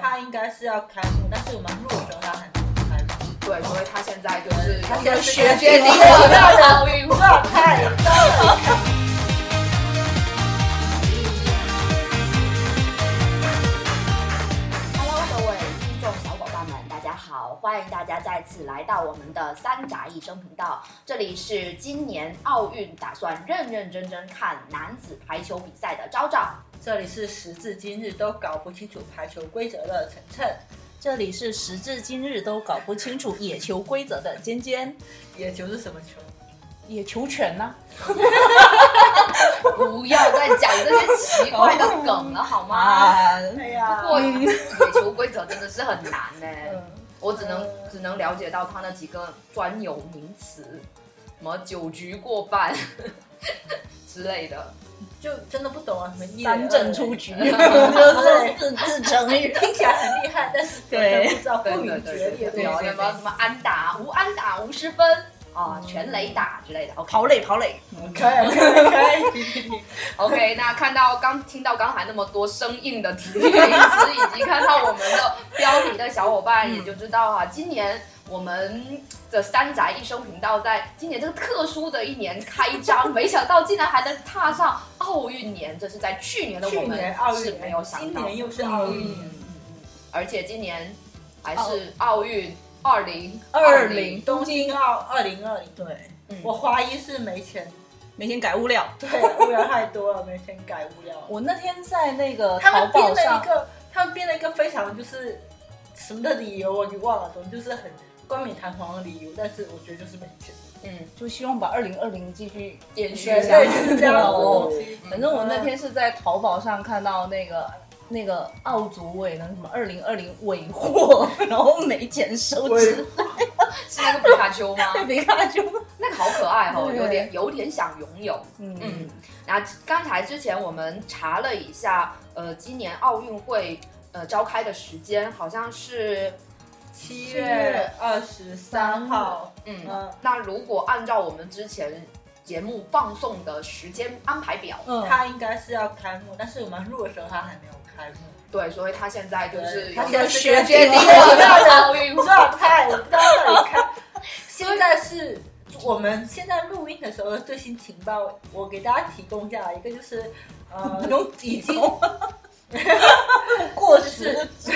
他应该是要开心，但是我们录的时候他很不开心。对，所以他现在就是他他现在是学学姐姐你我我的要不要太到底？Hello，各位听众小伙伴们，大家好！欢迎大家再次来到我们的三宅一生频道，这里是今年奥运打算认认真真看男子排球比赛的昭昭。这里是时至今日都搞不清楚排球规则的晨晨，这里是时至今日都搞不清楚野球规则的尖尖，野球是什么球？野球拳呢、不要再讲这些奇怪的梗了， 好吗？啊？哎呀不过野球规则真的是很难呢、嗯我只能只能了解到他那几个专有名词，什么九局过半 之类的。就真的不懂啊，什么一人三阵出，局，二呃就人是四字成 语。听起来很厉害，但是真的不知道对不明对觉对厉对的对，东然后西什么什么安打无安打无失分啊，嗯全垒打之类的。跑 OK 垒，跑垒，可以可以可以， OK，那 看到刚听到刚才那么多生硬的题名词，以 及看到我们的标题的小伙嗯伴，也就知道啊，今年我们的三宅一生频道在今年这个特殊的一年开张，没想到竟然还能踏上奥运年，这是在去年的我去们年奥是运没有想今到的年。又是奥运哦嗯，而且今年还是奥运二零20东京奥二零二零，对，我怀疑是没钱，每天改物料。对，物料太多了，没钱改物料。我那天在那个他淘们编宝了一上，个，他们编了一个非常就是什么的理由，我就忘了，总之就是很冠冕堂皇的理由，但是我觉得就是没钱。嗯，就希望把二零二零继续延续对，一下类。似这样子的东西。反正我那天是在淘宝上看到那个那个奥组委的什么二零二零尾货， 然后没钱收尾 支，是那个皮卡丘吗？皮卡丘。那个好可爱哦，对有点有点想拥有。嗯嗯，那刚才之前我们查了一下，呃，今年奥运会呃召开的时间好像是，七月二十三号，嗯，嗯，那如果按照我们之前节目放送的时间安排表，嗯，他应该是要开幕，但是我们录的时候他还没有开幕。对，所以他现在就是对他有现在是学决决定定了啊我的奥 运会。状态，我不知道到底开。 现在是我们现在录音的时候的最新情报，我给大家提供一下，一个就是呃，已经过时时，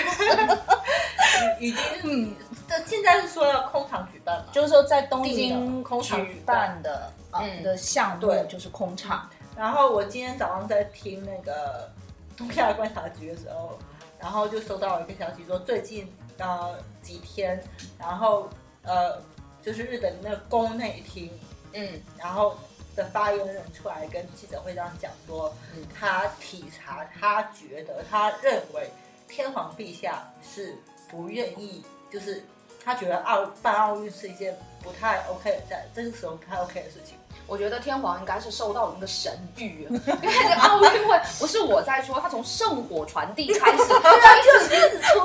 已经嗯，这现在是说要空场举办嘛？就是说在东定京的空场举办的啊、嗯的项对目就是空场，然后我今天早上在听那个东亚观察局的时候，然后就收到了一个消息说，最近呃几天，然后呃就是日本那个宫内厅，嗯然后的发言人出来跟记者会上讲说，嗯他体察，他觉得，他认为天皇陛下是不愿意，就是他觉得奥办奥运是一件不太 OK 的，在这个时候不太 OK 的事情。我觉得天皇应该是受到了那个神谕，因为那个奥运会不是我在说，他从圣火传递开始，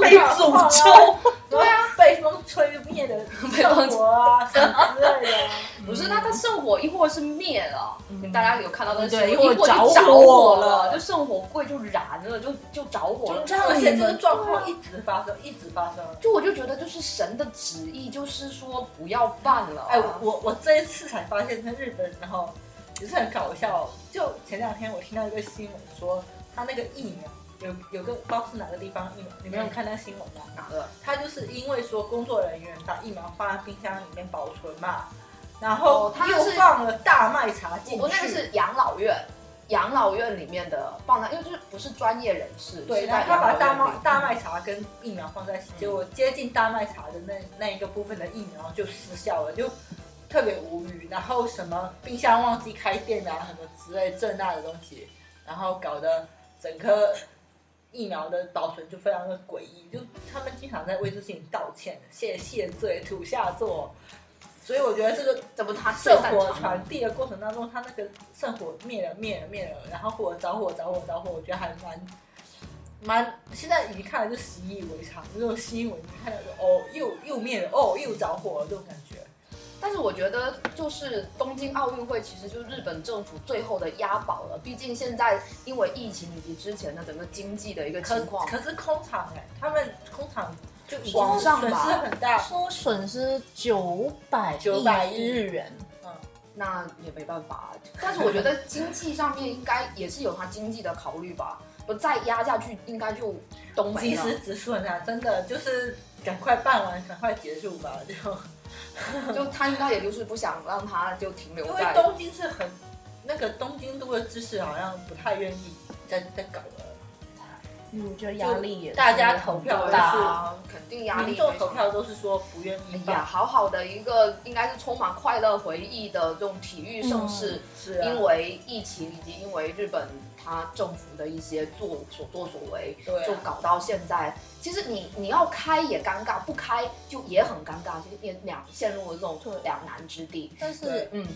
被诅咒，对啊，被风吹灭的生活啊，什么之类的啊。不是，那它圣火一会儿是灭了，嗯大家有看到那对一一会会儿儿就着着火火了就圣火柜就燃了，就就着火了。让而你且这个们状况一直发生，一直发生。就我就觉得，就是神的旨意，就是说不要办了。哎，我我我这一次才发现，在日本，然后也是很搞笑。就前两天我听到一个新闻说，他那个疫苗有有个不知道是哪个地方疫苗，你们有看那新闻吗？哪个？他就是因为说工作人员把疫苗放在冰箱里面保存嘛，然哦后他又是放了大麦茶进去。我那个是养老院，养老院里面的放在，因为就是不是专业人士，对，是然在后他把大养老麦院里大麦茶跟疫苗放在嗯一起，结果接近大麦茶的那那一个部分的疫苗就失效了，就特别无语。然后什么冰箱忘记开电啊，什么之类这那的东西，然后搞得整个疫苗的保存就非常的诡异，就他们经常在为这事情道歉，谢谢罪，土下座。所以我觉得这个这不他最圣擅火长的传递的过程当中，它那个圣火灭了灭了灭了，然后火着火着火着火，我觉得还蛮蛮，现在已经看了就习以为常，这种新闻看到就哦又又灭了，哦又着火了这种感觉。但是我觉得，就是东京奥运会，其实就是日本政府最后的押宝了。毕竟现在因为疫情以及之前的整个经济的一个可情况，可是空场哎、他们就已经往上损失吧很大，说损失九百900亿日元，那也没办法。但是我觉得经济上面应该也是有它经济的考虑吧。不再压下去，应该就都没及了。时止损啊！真的就是赶快办完，赶快结束吧，就就他应该也就是不想让它就停留因为在东京是很那个东京都的知识好像不太愿意再再搞了，嗯，就压力也大家投票很对大，啊，肯定压力民非常众大。投票都是说不愿哎意呀，办，好好的一个应该是充满快乐回忆的这种体育盛事，是啊，因为疫情以及因为日本它政府的一些做所作所为，对就啊搞到现在。其实你你要开也尴尬，不开就也很尴尬，就是也两陷入了这种对两难之地。但是对嗯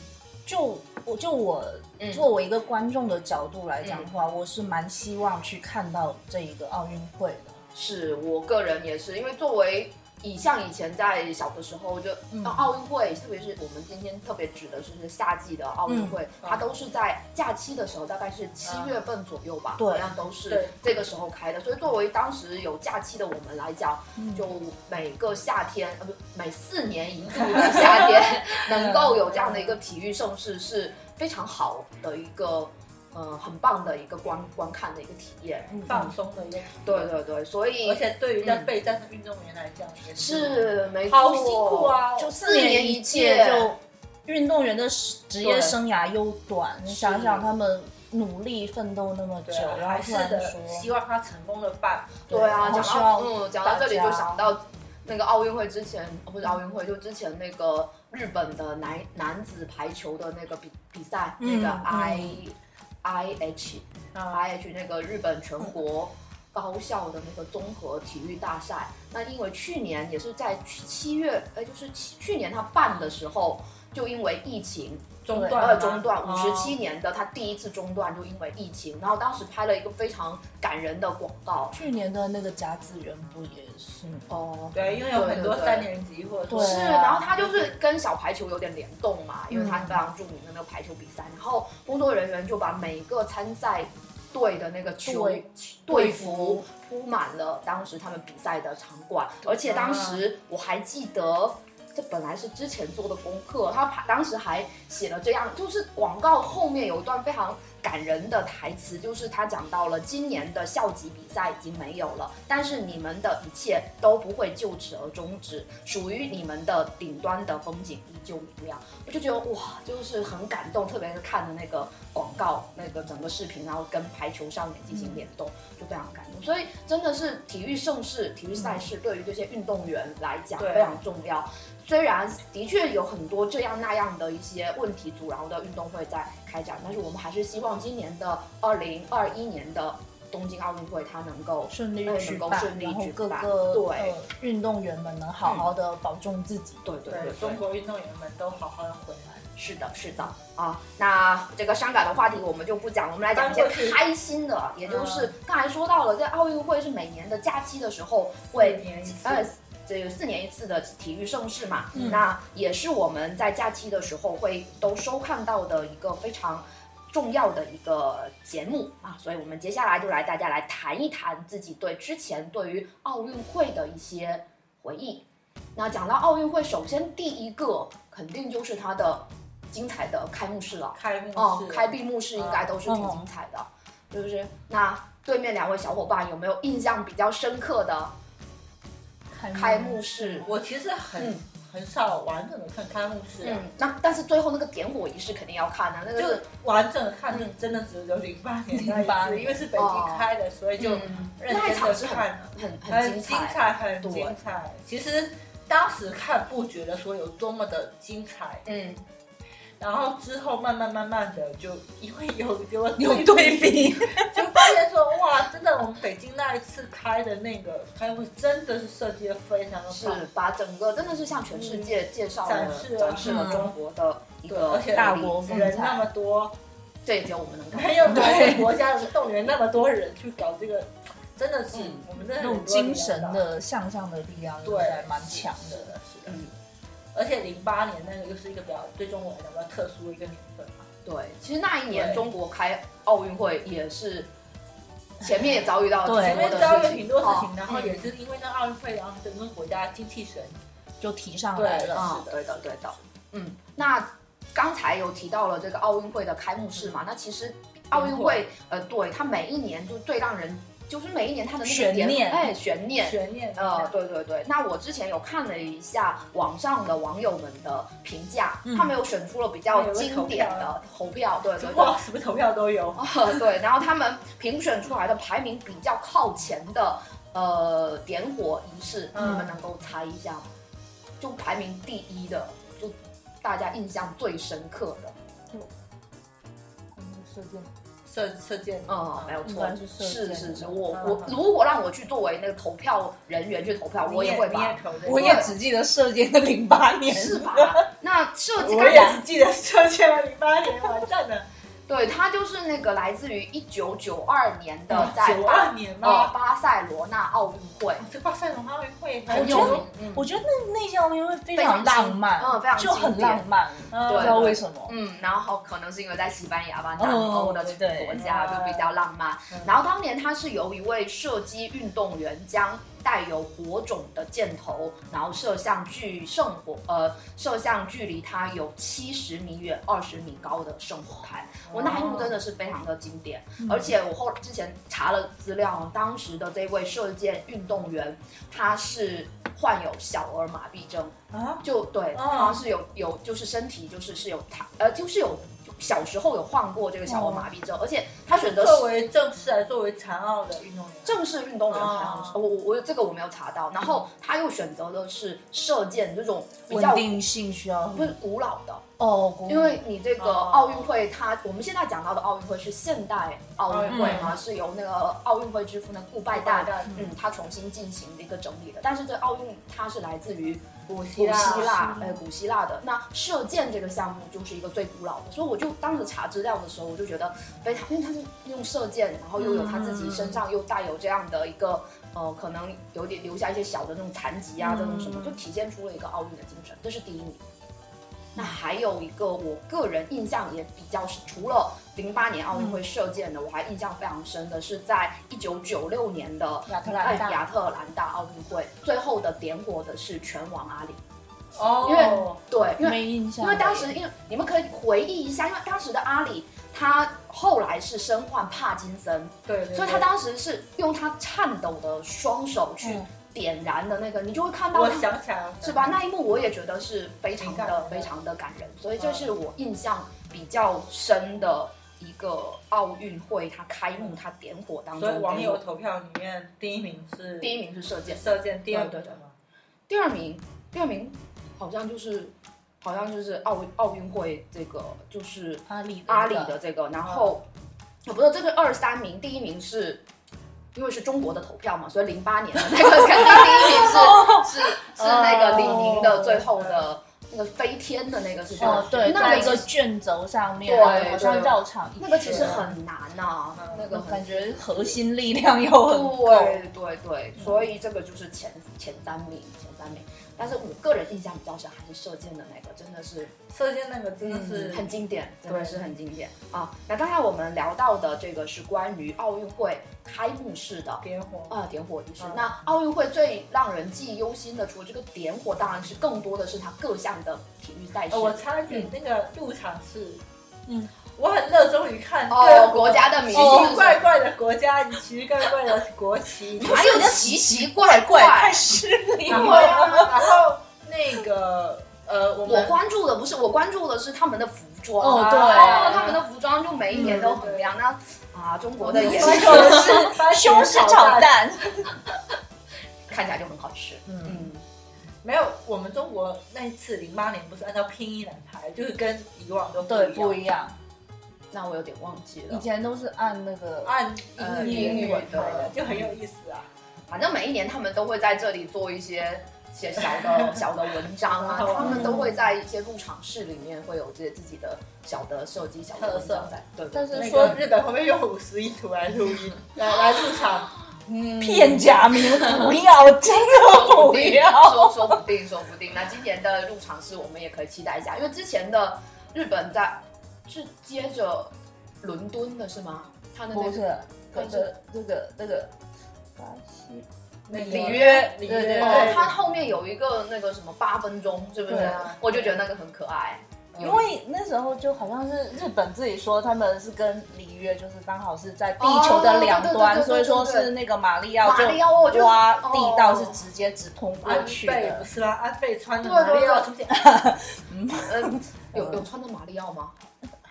就我就我嗯，作为一个观众的角度来讲的话，我是蛮希望去看到这一个奥运会的。是我个人也是，因为作为以像以前在小的时候就，嗯奥运会，特别是我们今天特别指的是夏季的奥运会，嗯它都是在假期的时候，大概是七月份左右吧，嗯好像都是对这个时候开的。所以作为当时有假期的我们来讲，嗯就每个夏天呃不每四年一度 的夏天，能够有这样的一个体育盛事是非常好的一个。呃，很棒的一个观观看的一个体验，嗯放松的一个，对对对，所以而且对于在备战的运动员来讲也嗯是没错，好辛苦！啊，就四四年年一一届届，就运动员的职业生涯又短，你想想他们努力奋斗那么久对啊，，然还后是突然的，希说，望他成功的办，对啊，然后讲希到望嗯，讲到这里大家就想到那个奥运会之前，哦不是奥运会，就之前那个日本的男男子排球的那个比比赛，那嗯个嗯 I、I H 啊， I H 那个日本全国高校的那个综合体育大赛。那因为去年也是在七月，呃，就是去去年他办的时候，就因为疫情中断呃吗中断，五十七哦年的他第一次中断就因为疫情，然后当时拍了一个非常感人的广告。去年的那个甲子园不也是吗？哦，对，因为有很多对对对三年级或者对是，啊然后他就是跟小排球有点联动嘛，嗯因为他非常著名的那个排球比赛，然后工作人员就把每个参赛队的那个球队队服铺满了当时他们比赛的场馆，而且当时我还记得。这本来是之前做的功课，他还当时还写了这样，就是广告后面有一段非常感人的台词，就是他讲到了今年的校级比赛已经没有了，但是你们的一切都不会就此而终止，属于你们的顶端的风景依旧明亮。我就觉得哇，就是很感动，特别是看的那个广告，那个整个视频，然后跟排球少年进行联动，就非常感动。所以真的是体育盛事、体育赛事对于这些运动员来讲对非常重要。虽然的确有很多这样那样的一些问题阻挠的运动会在开展，但是我们还是希望今年的二零二一年的东京奥运会它能够顺利哎举能够办，顺利然后举各办个对呃运动员们能好好的保重自己。对对对对中国运动员们都好好的回来。是的，是的啊。那这个伤感的话题我们就不讲了，我们来讲一些翻过去开心的，也就是刚才说到了，在奥运会是每年的假期的时候四会年一次呃。这个四年一次的体育盛事嘛，嗯那也是我们在假期的时候会都收看到的一个非常重要的一个节目啊，所以我们接下来就来大家来谈一谈自己对之前对于奥运会的一些回忆。那讲到奥运会，首先第一个肯定就是它的精彩的开幕式了。开幕式，哦，开闭幕式应该都是挺嗯精彩的，就是那对面两位小伙伴有没有印象比较深刻的开幕式？我其实很、嗯很少完整的看开幕式、啊嗯，那但是最后那个点火仪式肯定要看啊，那个就是完整的看，就真的只有零八年那一次， 08因为是北京开的，所以就嗯认那一真场的是看了，很很很精精彩，彩，很对精彩。其实当时看不觉得说有多么的精彩，嗯，然后之后慢慢慢慢的就因为有有有对比，就发现说哇，真的我们北京那一次开的那个开幕式真的是设计的非常的是棒，把整个真的是向全世界介绍嗯了、展示了啊展示了嗯中国的一对，个而且大国风人那采么多。这也只有我们能看到。没有哪个对国家的动员那么多人去搞这个，真的是、嗯我们真那的很种多精人神要打的向上的力量，对还蛮强是的。的，是的。嗯而且零八年那个又是一个比较对中国来讲比较特殊的一个年份嘛，对，其实那一年对中国开奥运会也是前面也遭遇到挺对前多面的遭遇事挺多事哦情，然后也是因为那奥运会，然后整个国家精气神就提上对来了。啊是的，对的，对的。嗯，那刚才有提到了这个奥运会的开幕式嘛，那其实奥运运会会，呃，对它每一年就最让人就是每一年它的那个悬点念哎，悬念，悬念呃，对对对，那我之前有看了一下网上的网友们的评价，嗯他们有选出了比较经典的投票，对对对。哇，什么投票都有，呃 对，然后他们评选出来的排名比较靠前的呃点火仪式，嗯你们能够猜一下吗？就排名第一的，就大家印象最深刻的，射箭，射射箭，嗯，没有应错该，是射是箭是的是，我嗯我如果让我去作为那个投票人员去投票，我你也会你也吧，投的，我也只记得射箭的零八年， 是吧？那设计我刚也才只记得射箭零八年，完蛋 了，对，它就是那个来自于一九九二年的哦在九巴二年呃吗？巴塞罗那奥运会，这巴塞罗那奥运会很很有有名，嗯我觉得那那届奥运会非非常常浪漫，嗯非常就经很典浪漫，嗯不知对道为什么。嗯，然后可能是因为在西班牙吧，哦南欧的对国家就比较浪漫。嗯然后当年它是由一位射击运动员将带有火种的箭头，然后射向距圣火呃射向距离它有七十米远、二十米高的圣火台。哦我那一幕真的是非常的经典，嗯而且我后之前查了资料，当时的这位射箭运动员他是患有小儿麻痹症，啊，就对，哦他好像是有有就是身体就是是有他呃就是有就小时候有患过这个小儿麻痹症，而且他选择作为正式还是作为残奥的运动员，正式运动员好像是，哦我我我这个我没有查到，然后他又选择的是射箭这种比稳较定性需要不是古老的，哦，鼓舞因为你这个哦奥运会它，我们现在讲到的奥运会是现代奥运会嘛，是由那个奥运会之父呢顾拜旦顾拜旦，嗯，他重新进行的一个整理的。但是这奥运它是来自于古古希希腊，腊，呃，古希腊的。那射箭这个项目就是一个最古老的，所以我就当时查资料的时候，我就觉得非常，因为他是用射箭，然后又有他自己身上又带有这样的一个。呃，可能有点留下一些小的那种残疾啊，这种什么，就体现出了一个奥运的精神，这是第一名。那还有一个，我个人印象也比较是，除了零八年奥嗯运会射箭的，我还印象非常深的是在一九九六年的亚特哎兰大，亚特兰大奥运会，最后的点火的是拳王阿里。哦因为对，因为没印象因了，为当时因为你们可以回忆一下，因为当时的阿里他后来是身患帕金森，对，对所以他当时是用他颤抖的双手去嗯点燃的那个，你就会看对到我他。想起来了，是吧？那一幕我也觉得是非常挺感人的、的嗯非常的感人，所以这是我印象比较深的一个奥运会，它开幕、它点火当中所以的网友投票里面第一名是第一名是射箭，射箭，第二名对对是什么第二名，第二名好像就是好像就是奥奥运会这个就是阿里哦阿里的这个，然后我不是这个二三名，第一名是。因为是中国的投票嘛，所以零八年的那个肯定 哦第一名是是是那个李宁的最后的那个飞天的那个是什么哦，对，那在个一个其实卷轴上面，对然后好像对绕场一圈，那个其实很难啊呐、嗯那个很感觉核心力量又嗯很够，对对对，所以这个就是前前三名前三名，但是我个人印象比较深还是射箭的那个，真的是射箭那个真的是嗯很经典，真的对是很经典啊！那刚才我们聊到的这个是关于奥运会开幕式的点火，啊点火仪式。嗯那奥运会最让人记忆犹新的，除了这个点火，当然是更多的是它各项的体育赛事。呃我插一嗯句，那个入场是，嗯，我很热衷于看各哦，国家的奇名奇字，哦怪怪的国家，以奇奇怪怪的国 旗，还有奇奇怪怪太失礼然后了。啊然后那个呃，我我们关注的不是，我关注的是他们的服装。嗯哦对啊哦他们的服装就每一年都很亮。那啊，中国的也是关注的是 西式炒蛋，蛋，看起来就很好吃。嗯，嗯，没有，我们中国那一次零八年不是按照拼音来排，就是跟以往都对，不不一样，一样。那我有点忘记以了。前都是按那个按呃英英语语来排的的，就很有意思啊。反正每一年他们都会在这里做一些些小 的小的文章啊，嗯他们都会在一些入场式里面会有这些自己的小的设计、小的文章在。对，对但是那说个日本会不会用五十音图来录音，来 来入场？片假名，不要，真的说不不定，要。说说不定，说不定。那今年的入场式我们也可以期待一下，因为之前的日本在是接着伦敦的是吗？哦他的那不个是，这个这个这个嗯巴西那个里约，里对对约，哦对，它后面有一个那个什么八分钟，是不对是啊？我就觉得那个很可爱。嗯因为那时候就好像是日本自己说他们是跟里约就是刚好是在地球的两端，哦所以对对对对对对说是那个马里奥马就里奥，我就挖哦地道是直接只通过安去倍不的，是吗？安倍穿的对对马里奥对出现， 嗯，有有穿的马里奥吗？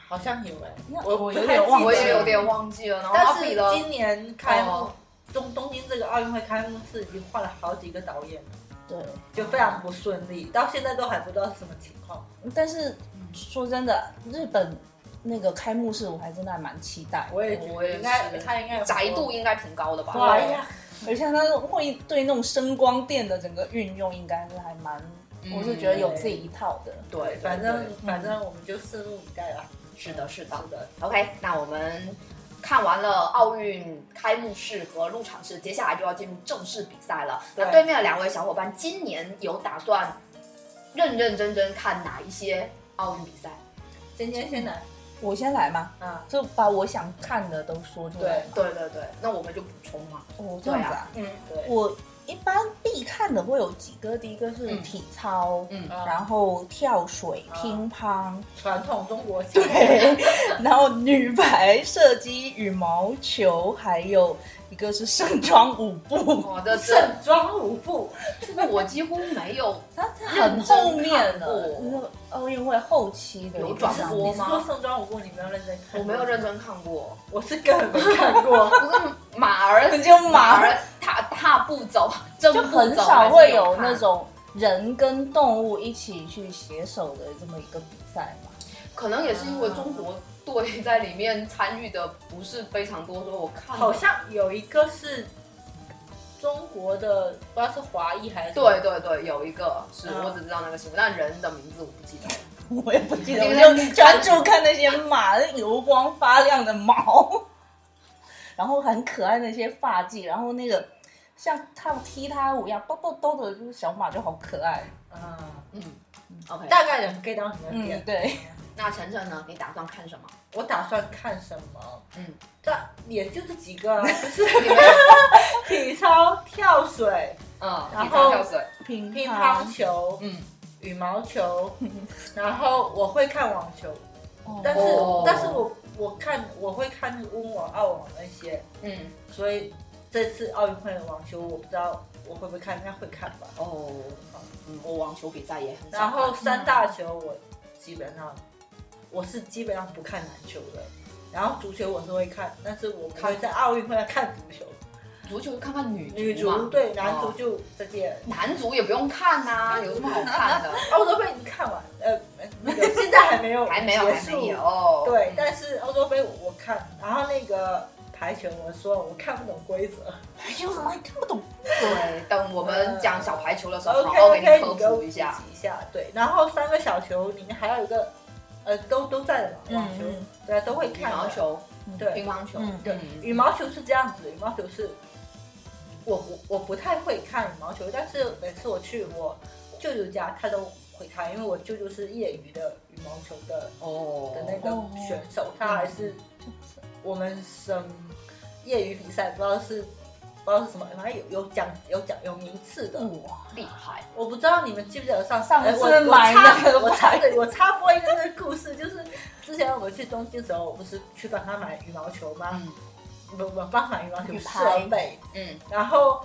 好像有哎那，我我不有太点忘记记我得也了有点忘记了。然后但阿是比的今年开幕哦，东东京这个奥运会开幕式已经换了好几个导演了，对。就非常不顺利，到现在都还不知道是什么情况。但是说真的，日本那个开幕式我还真的还蛮期待，我也觉我也得应该是他应该有宅度，应该挺高的吧？哇哎呀，而且它会对那种声光电的整个运用应该是还蛮，嗯我是觉得有自己一套的。对，对，反正对反正我们就拭目以待吧。是的，是的。是的， OK，那我们看完了奥运开幕式和入场式，接下来就要进入正式比赛了。对那对面的两位小伙伴今年有打算认认真真看哪一些奥运比赛？今天先来我先来嘛，啊，就把我想看的都说出来。对对对，那我们就补充嘛。哦，这对样子啊啊。，嗯对，我一般必看的会有几个，第一个是嗯体操，嗯啊然后跳水、啊乒乓，传统中国 对对， 然后女排、射击、羽毛球，还有一个是盛装舞步，哦，这这盛装舞步，这个我几乎没有，它很后面了认，真看那个奥运会后期的有转播你播是吗说盛装舞步，你没有认真看？我没有，认真看过。我是根本没看过。不是马儿你就马儿踏踏步走，正就步很走少还是会有看那种人跟动物一起去携手的这么一个比赛嘛。可能也是因为中国队在里面参与的不是非常多，所以我看好像有一个是中国的，不知道是华裔还是什么对对对，有一个是、嗯我只知道那个新闻，但人的名字我不记得了。 我也不记得，因我为就专注看那些马那油光发亮的毛， 然后很可爱的那些发髻，然后那个像跳踢踏舞一样，兜兜兜的，就是小马就好可爱。嗯，嗯，OK。大概能 get 到你的嗯点，。对，那晨晨呢？你打算看什么？我打算看什么？嗯，但也就这几 个啊，就是你们有体操、跳水、嗯，然后你跳跳水，乒乒乓球、嗯，羽毛球，然后我会看网球，哦但是、哦但是我我看我会看那个温网、澳网那些，嗯，所以这次奥运会的网球我不知道我会不会看，应该会看吧。哦，嗯，我网球比赛也很少看。然后三大球我基本上嗯我是基本上不看篮球的，然后足球我是会看，但是我不会在奥运会来看足球，足球看看女哦女足嘛，对男足就这届。男足也不用看呐、有什么好看的？欧洲杯已经看完， 呃，那个现在还没有还没有，结还束没有。对嗯，但是欧洲杯我看，然后那个排球我说我看不懂规则。哎呦，我还看不懂。对，等我们讲小排球的时候，好 OK 好给你 OK，科你给我普普一及下。一下。对，然后三个小球里面还有一个，呃，都都在的嘛，嗯网球嗯，对啊，都会羽看的。毛球、对乒，乓球，嗯对，羽毛球是这样子，羽毛球是，我我我不太会看羽毛球，但是每次我去我舅舅家，他都会看，因为我舅舅是业余的羽毛球的哦嗯的那个选手，他还是我们省业余比赛，不知道是不知道是什么，反正有有奖有奖有名次嗯的。哇，厉害，我不知道你们记不记得上上哎次我我买插那个我插牌对我插播一个那个故事，就是之前我们去东京的时候，我不是去帮他买羽毛球吗？嗯不不，帮他买羽毛球羽设排备，嗯，然后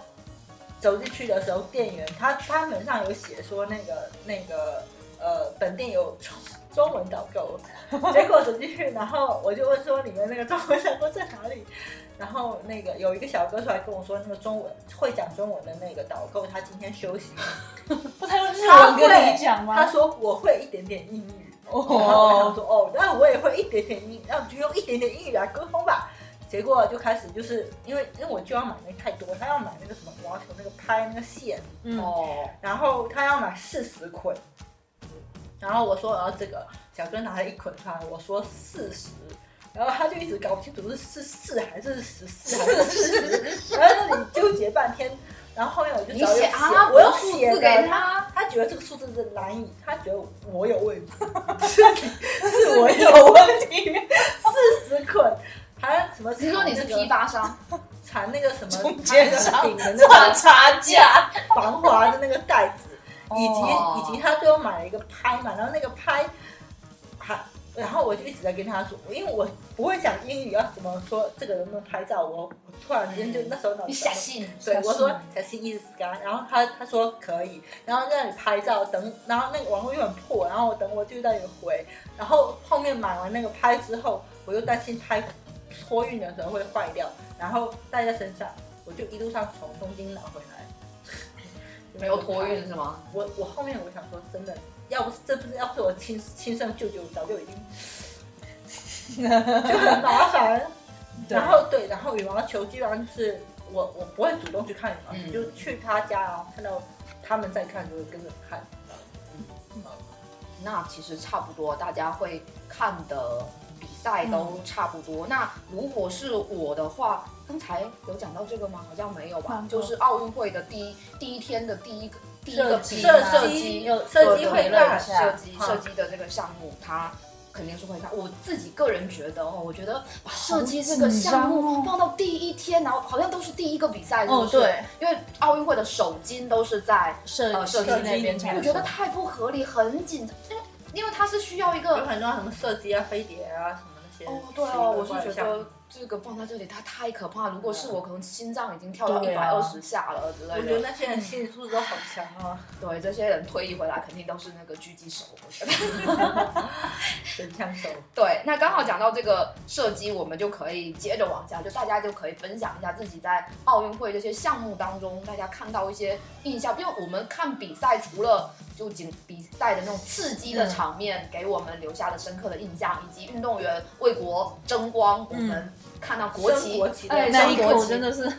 走进去的时候，店员他他门上有写说那个那个呃，本店有中中文导购。结果走进去，然后我就问说里面那个中文导购在哪里？然后那个有一个小哥出来跟我说，那个中文会讲中文的那个导购他今天休息，不，他用日文跟你讲他吗？说我会一点点英语。然后我想哦，说哦，那我也会一点点英，那我们就用一点点英语来沟通吧。结果就开始就是因为因为我就要买那个太多，他要买那个什么羽毛球那个拍那个线，嗯，哦，然后他要买四十捆，然后我说我要这个，小哥拿了一捆出来，我说四十。然后他就一直搞不清楚是是四还是十四还是四 十，然后在那里纠结半天。然后后面我就你啊找有写写，阿拉我伯有数写字的给他，他觉得这个数字是难以，他觉得我有问题，是是我有问题，四十捆。还什么缠那个？听说你是批发 商，缠那个什么中间啊它商那个顶的那赚个差 价，防滑的那个袋子，以及哦以及他最后买了一个拍嘛，然后那个拍还。然后我就一直在跟他说，因为我不会讲英语，要怎么说这个能不能拍照？我我突然之间就那时候脑子你想说写信，对，我说小才是意思干，然后他他说可以，然后在那里拍照，等，然后那个网络又很破，然后我等我就在那里回，然后后面买完那个拍之后，我又担心拍托运的时候会坏掉，然后带在身上，我就一路上从东京拿回来， 没有托运。是吗？我我后面我想说，真的，要不是这不是要不是我亲亲生舅舅，早就已经 就很麻烦。对然后对，然后羽毛球基本上就是我我不会主动去看羽毛球，嗯就去他家，然后看到他们在看，就会跟着看。嗯那其实差不多，大家会看的比嗯赛都差不多。那如果是我的话，刚才有讲到这个吗？好像没有吧嗯。就是奥运会的第一第一天的第一个第一射个击比射赛嗯射击有射击会看，射击嗯射击的这个项目，它肯定是会看。我自己个人觉得哦，我觉得把射击这好个项紧张目哦放到第一天，然后好像都是第一个比赛，是不哦是对，因为奥运会的首金都是在设呃设计计那边才我觉得太不合理，很紧张，因为因为它是需要一个有很多什么射击啊、飞碟啊什么那些。哦，对哦，我是奇奇怪怪的觉项目得这个放在这里它太可怕了。如果是我，可能心脏已经跳到一对百啊二十下了之我类觉得的。那些人心理素质都好强啊，对，这些人退役回来肯定都是那个狙击手，我觉得。神枪手。对，那刚好讲到这个射击，我们就可以接着往下，就大家就可以分享一下自己在奥运会这些项目当中，大家看到一些印象。因为我们看比赛，除了就仅比赛的那种刺激的场面给我们留下的深刻的印象，以及运动员为国争光，我们看到国升旗，国旗的哎，那升一国刻我旗真的是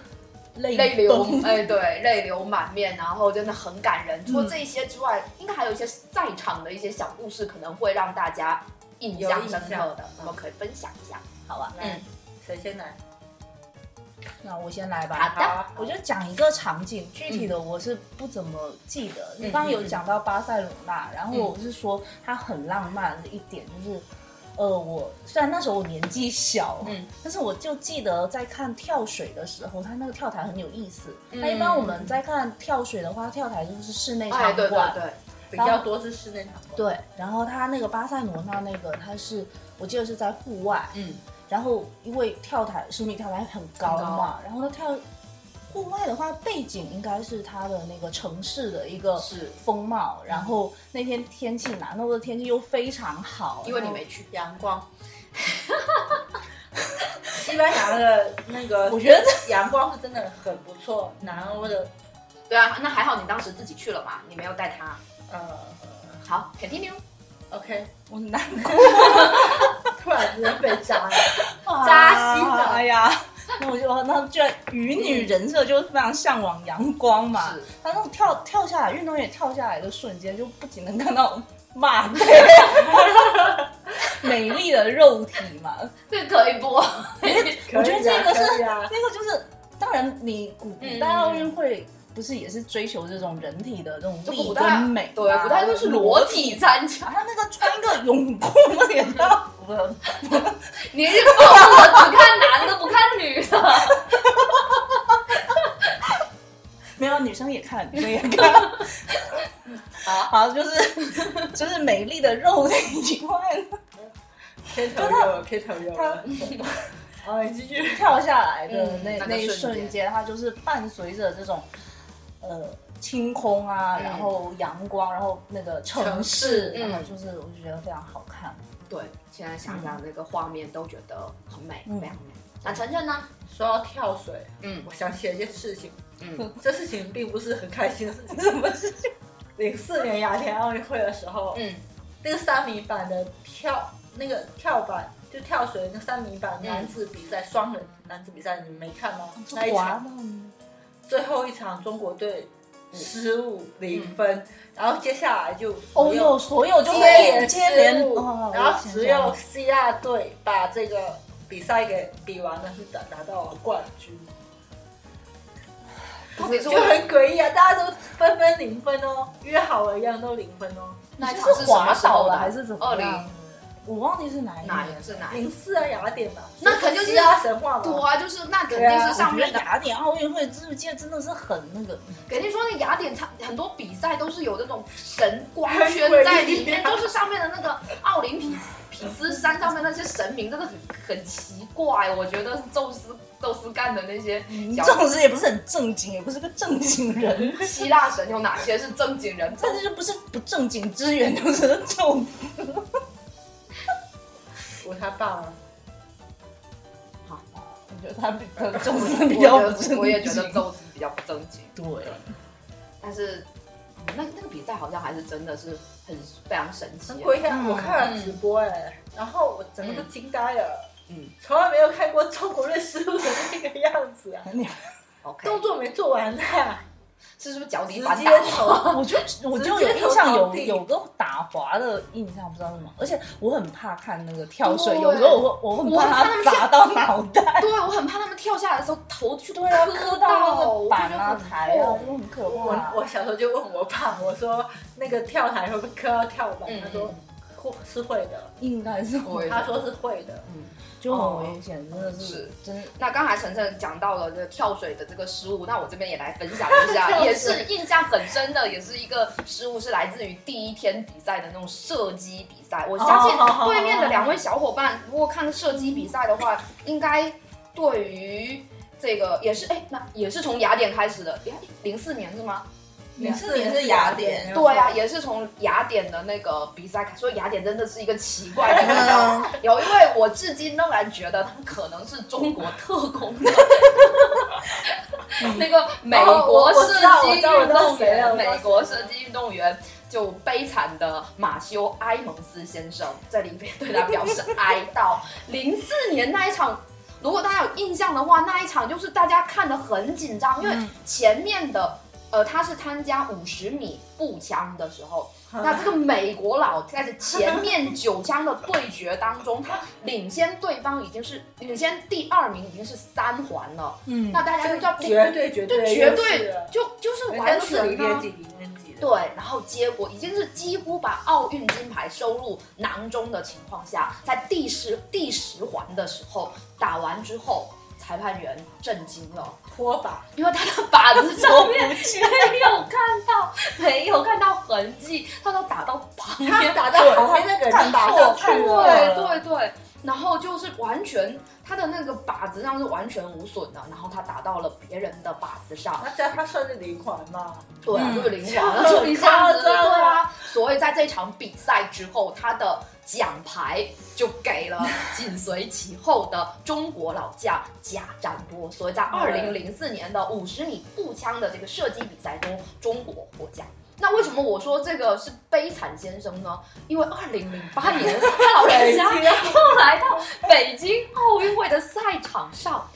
泪泪流动，，哎，对，泪流满面，然后真的很感人。除了这一些之外，应该还有一些在场的一些小故事，可能会让大家印有象印深象刻的，我们可以分享一下。好吧，来，谁先来？ 那我先来吧。好的好啊我就讲一个场景，具体的我是不怎么记得。嗯你刚刚有讲到巴塞罗那，然后我是说它很浪漫的一点就是，呃，我虽然那时候我年纪小，嗯但是我就记得在看跳水的时候，它那个跳台很有意思。嗯那一般我们在看跳水的话，跳台就是室内场哎，对对馆，对，比较多是室内场馆。对，然后他那个巴塞罗那那个，他是我记得是在户外，嗯，然后因为跳台十米跳台很高很嘛高，然后他跳户外的话，背景应该是他的那个城市的一个是风貌，然后那天天气南欧的天气又非常好，因为你然后没去，阳光。西班牙的那个，我觉得阳光是真的很不错。南欧的，对啊，那还好你当时自己去了嘛，你没有带他。呃好，continue。 ，OK， 我难过突然之间被扎了，啊扎心的哎呀。那我就那居然与女人设就非常向往阳光嘛，是他那种跳跳下来，运动员跳下来的瞬间，就不仅能看到 马背，美丽的肉体 嘛。这可以播， 我觉可以啊得这个是可以啊那个就是，当然你古古代奥运会不是也是追求这种人体的这种就力古跟代美嘛，对，古代都是裸体参加，啊，他那个穿个泳裤也 到，你是告诉我只看男的不看女的？ 没有女生也看，女生也 看，好，好就是就是美丽的肉体以外呢， ，K 头有了，K 头有 了。好，你继续。跳下来的嗯那、那个那一瞬间瞬间，它就是伴随着这种呃清空啊，嗯然后阳光，然后那个城城市市，嗯然后就是我就觉得非常好看。对，现在想想那个画面都觉得很美，嗯非常美。那晨晨呢？说到跳水，嗯我想起了一件事情，嗯这事情并不是很开心的事情。什么事情？零四年雅典奥运会的时候，嗯那个三米板的跳那个跳板。就跳水那个三米板嗯男子比赛，双人男子比赛，你们没看吗？那一滑场到你最后一场中国队失误零分，然后接下来就嗯哦所有哟，所有就接是连接连失误，哦，然后我只想有想希腊队把这个比赛给比完了，是拿拿到了冠军，到底是就为很诡异啊！大家都纷纷零分哦，约好了一样都零分哦。那一就场是什么滑时倒候了的？还是怎么二样零？我忘记是哪一哪年一是哪一？零四啊，雅典嘛，那肯定是希腊神话多嘛。啊，就是那肯定是上面的，雅典奥运会这届真的是很那个，肯定说那雅典它很多比赛都是有那种神光圈在里面，就是上面的那个奥林匹匹斯山上面那些神明真的很很奇怪，我觉得是宙斯宙斯干的那些你小这种事也不是很正经，也不是个正经人，希腊神有哪些是正经人？但是就不是不正经之源，就是这种我他爸吗？ 我觉得他比较重视我比觉较不 得正我也觉得经宙斯比较不正经，对， 但是嗯那那个比赛好像还是真的是很非常神奇很啊。贵呀！我看了直播哎，然后我整个都惊呆了，嗯从来没有看过中国队失误的那个样子啊， ，OK，动作没做完呢，啊是是不是脚直底板接打？投，我就我就有印象有有个打滑的印象，不知道是什么，而且我很怕看那个跳水，对有时候我我很怕他砸到脑袋，对，我很怕他们跳下来的时候头去对啊，磕磕到，到那我个就板觉得啊很哦台啊痛，就很可我怕。我小时候就问我爸，我说那个跳台会不会磕到跳板？嗯他说会是会的，哦应该是我也觉他得说是会的。就很危险，真的是是真的。那刚才晨晨讲到了这个跳水的这个失误，那我这边也来分享一 跳下，水也是印象很深的，也是一个失误，是来自于第一天比赛的那种射击比赛。我相信哦好好好对面的两位小伙伴，如果看射击比赛的话，应该对于这个也是哎，那也是从雅典开始的，零四年是吗？零四04年年是是雅雅典，典对呀、，也是从雅典的那个比赛开始，所以雅典真的是一个奇怪的嗯地方。 有一位我至今仍然觉得他可能是中国特工的 那个美国射哦我我击运知道我动知道我知道谁员，了嗯美国射击运动员就悲惨的马修埃蒙斯先生，这里边对他表示哀悼。 零四年那一场。如果大家有印象的话，那一场就是大家看得很紧张，因为前面的呃，他是参加五十米步枪的时候，那这个美国佬在前面九枪的对决当中，他领先对方已经是领先第二名，已经是三环了。嗯那大家就叫绝对绝就对绝优势对了就就是人家完都是零全点呢。几零点几的，对，然后结果已经是几乎把奥运金牌收入囊中的情况下，在第十第十环的时候打完之后，裁判员震惊了，拖把因为他的靶子上面没有看到， 没有看到痕迹，他都打到旁边，他打到旁边那个人看打错上看去错了，对了对对，然后就是完全他的那个靶子上是完全无损的，然后他打到了别人的靶子上，那这样他算是零环吗？对啊，嗯就是零环 了，就一下夸张子，对啊啊。所以在这场比赛之后，他的奖牌就给了紧随其后的中国老将贾占波。所以在二零零四年的五十米步枪的这个射击比赛中，中国获奖。那为什么我说这个是悲惨先生呢？因为二零零八 年他老人家北京后来到北京奥运会的赛场上，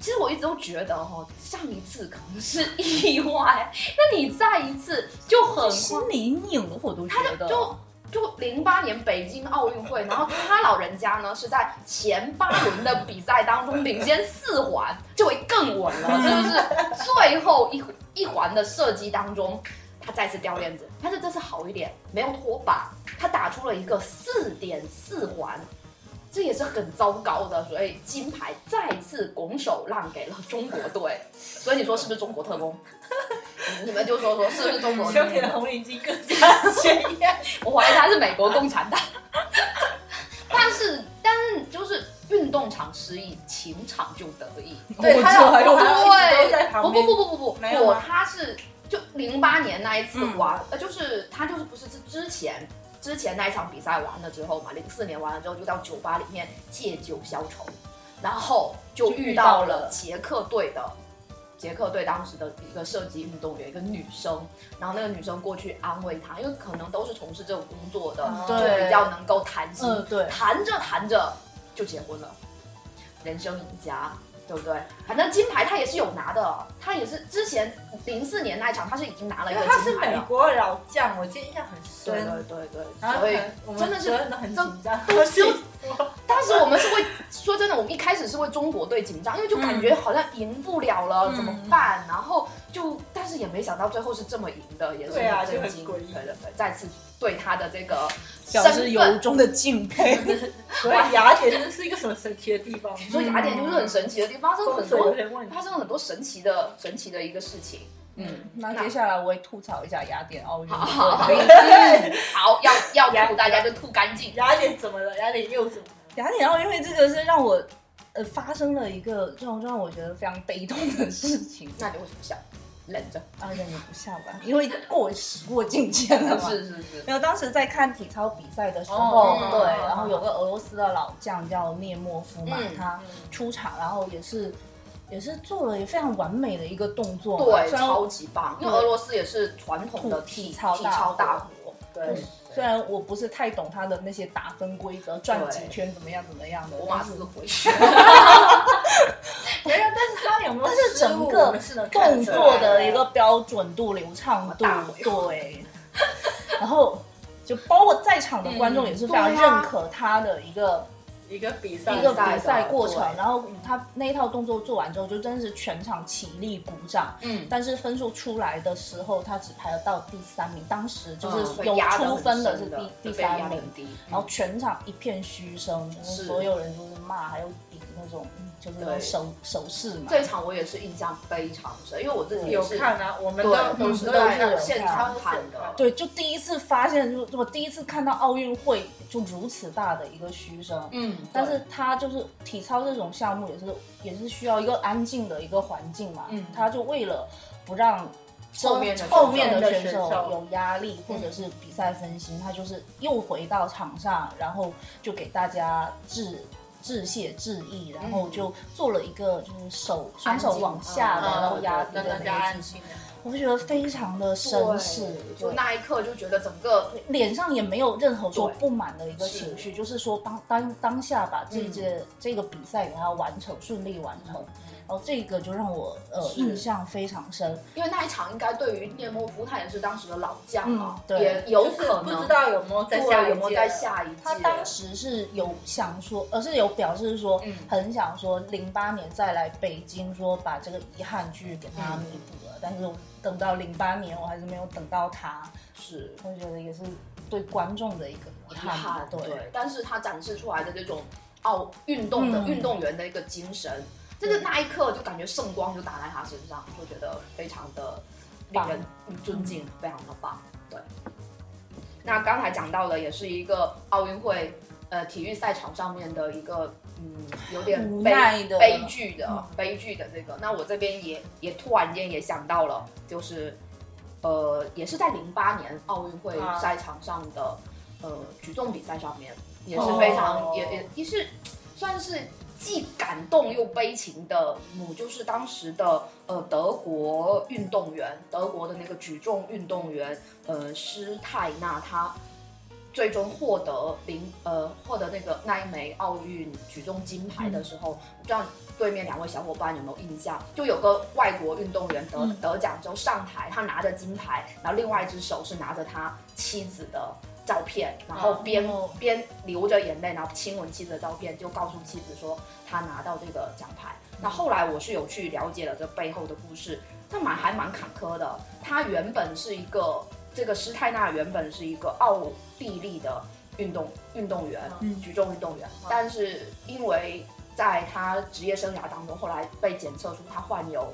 其实我一直都觉得哦，上一次可能是意外，那你再一次就 很心理阴影我都觉得，就就零八年北京奥运会，然后他老人家呢是在前八轮的比赛当中领先四环，就会更稳了，这就是最后一一环的射击当中。他再次掉链子，但是这次好一点，没有脱靶，他打出了一个四点四环，这也是很糟糕的，所以金牌再次拱手让给了中国队。所以你说是不是中国特工？ 你们就说说是不是中国特小工？品的红领巾更加鲜艳。我怀疑他是美国共产党。 但是，但是就是运动场失意，情场就得意。对他老我就公还有一直都在对，旁不不边，不不不不，没有我吗他是就零八年那一次嗯玩，呃，就是他就是不是是之前之前那一场比赛完了之后嘛，零四年完了之后就到酒吧里面借酒消愁，然后就就遇遇到到了了捷克队的捷克队当时的一个射击运动员，一个女生，然后那个女生过去安慰她，因为可能都是从事这种工作的，嗯就对比较能够谈心，嗯对，谈着谈着就结婚了，人生赢家，对不对？反正金牌他也是有拿的，他也是之前零四年那一场他是已经拿了一因个为他是金牌美了，国老将，我记得印象很对深。对对然对，后可能我们所以真的是真的很紧张，都就当时我们是会说真的，我们一开始是为中国队紧张，因为就感觉好像赢不了了，嗯怎么办？然后就但是也没想到最后是这么赢的，也是对啊很震就惊。很诡异对对对，再次对他的这个身表示由份，衷的敬佩。 所以雅典真的是一个什么神奇的地方？你所以雅典就是很神奇的地方，发生风很水有多点问题发。生很多神奇的神奇的一个事情。嗯，那接下来我也吐槽一下雅典奥运好好好会。嗯好，要要吐大家就吐干净。雅典怎么了？雅典又怎么了？雅典奥运会这个是让我呃发生了一个让让我觉得非常悲痛的事情。那你为什么笑？忍着。啊，忍不下吧，因为过时过境迁了嘛。 是是是。没有，当时在看体操比赛的时候，哦对，嗯然后有个俄罗斯的老将叫涅莫夫嘛，嗯他出场，然后也是也是做了非常完美的一个动作嘛，对，虽然超级棒，因为俄罗斯也是传统的体体操体大操国大国，对嗯，虽然我不是太懂他的那些打分规则，转几圈怎么样怎么样的，罗马但四是回，没有，但是他有没有但是失误整个我们是能看动出来作的一个标准度、流畅度大回，对， 然后就包括在场的观众也是非常嗯对啊认可他的一个。一个比赛一个比赛过程，然后他那一套动作做完之后，就真的是全场起立鼓掌。嗯但是分数出来的时候，他只排到第三名，当时就嗯是所以有压得出很分的深是第第就被三压得名很，低，然后全场一片嘘声，就是是所有人都是骂，还有比那种嗯就是那种对手手势嘛。这一场我也是印象非常嗯深，因为我自己也有是看啊，我们都对，都我们是都在有在看现场看的，对，就第一次发现，就我第一次看到奥运会就如此大的一个嘘声。嗯，但是它就是体操这种项目也是也是需要一个安静的一个环境嘛，嗯他就为了不让周后面的选手嗯后面后的选面的选手手有压力或者是比赛分心，他就是又回到场上，然后就给大家致致谢致意，然后就做了一个就是手双手往下的，嗯然后压低让的大家那安个姿势，心的。我就觉得非常的绅对士，就对那一刻就觉得整个脸上也没有任何说对不满的一个情绪，就是说当当当下把这嗯届、这个比赛给它完成，顺利完成。然后这个就让我呃是印象非常深，因为那一场应该对于涅莫夫他也是当时的老将嘛嗯，对也有就是可不知能道有没有在对下一有没有届在下一届，他当时是有想说，而是有表示说，嗯很想说零八年再来北京，说把这个遗憾去给他嗯弥补了。但是我等到零八年，我还是没有等到他，是我觉得也是对观众的一个遗遗憾吧憾，，对。对，但是他展示出来的这种奥运动的、嗯运动员的一个精神，真的那一刻就感觉圣光就打在他身上，就觉得非常的令人嗯尊敬，嗯非常的棒。对，那刚才讲到的也是一个奥运会呃体育赛场上面的一个嗯有点无悲奈的悲剧的、嗯悲剧的这个，那我这边也也突然间也想到了，就是呃也是在零八年奥运会啊赛场上的、呃举重比赛上面也是非常、哦也也也是算是既感动又悲情的母，就是当时的呃德国运动员，德国的那个举重运动员呃施泰纳，他最终获得零呃获得那个那一枚奥运举重金牌的时候，不知道对面两位小伙伴有没有印象？就有个外国运动员得、嗯得奖之后上台，他拿着金牌，然后另外一只手是拿着他妻子的照片，然后哦边、边流着眼泪，然后亲吻妻子的照片，就告诉妻子说他拿到这个奖牌。那后来我是有去了解了这背后的故事，但蛮还蛮坎坷的。他原本是一个这个施泰纳原本是一个奥地利的运动运动员，嗯举重运动员，但是因为在他职业生涯当中，后来被检测出他患有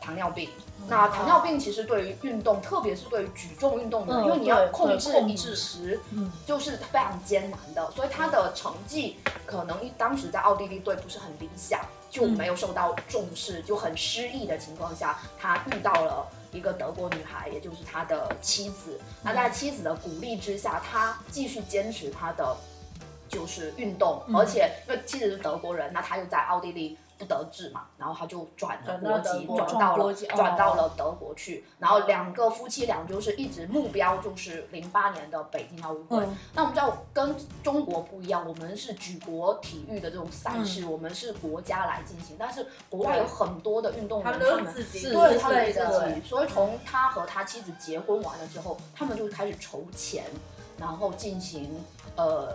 糖尿病。嗯那糖尿病其实对于运动，特别是对于举重运动员，嗯因为你要对控制对控一制至十，嗯就是非常艰难的，所以他的成绩可能一当时在奥地利队不是很理想，就没有受到重视，就很失意的情况下，他遇到了一个德国女孩，也就是他的妻子。那在妻子的鼓励之下，他继续坚持他的就是运动，而且因为妻子是德国人，那他又在奥地利不得志嘛，然后他就转了转到国德籍，国转转到国了籍转哦到了德国去，然后两个夫妻俩就是一直目标就是零八年的北京奥运会。嗯那我们知道跟中国不一样，我们是举国体育的这种赛事，嗯我们是国家来进行，但是国外有很多的运动他员们都他是们。自己是对，是他们对的自己，所以从他和他妻子结婚完了之后，他们就开始筹钱，然后进行呃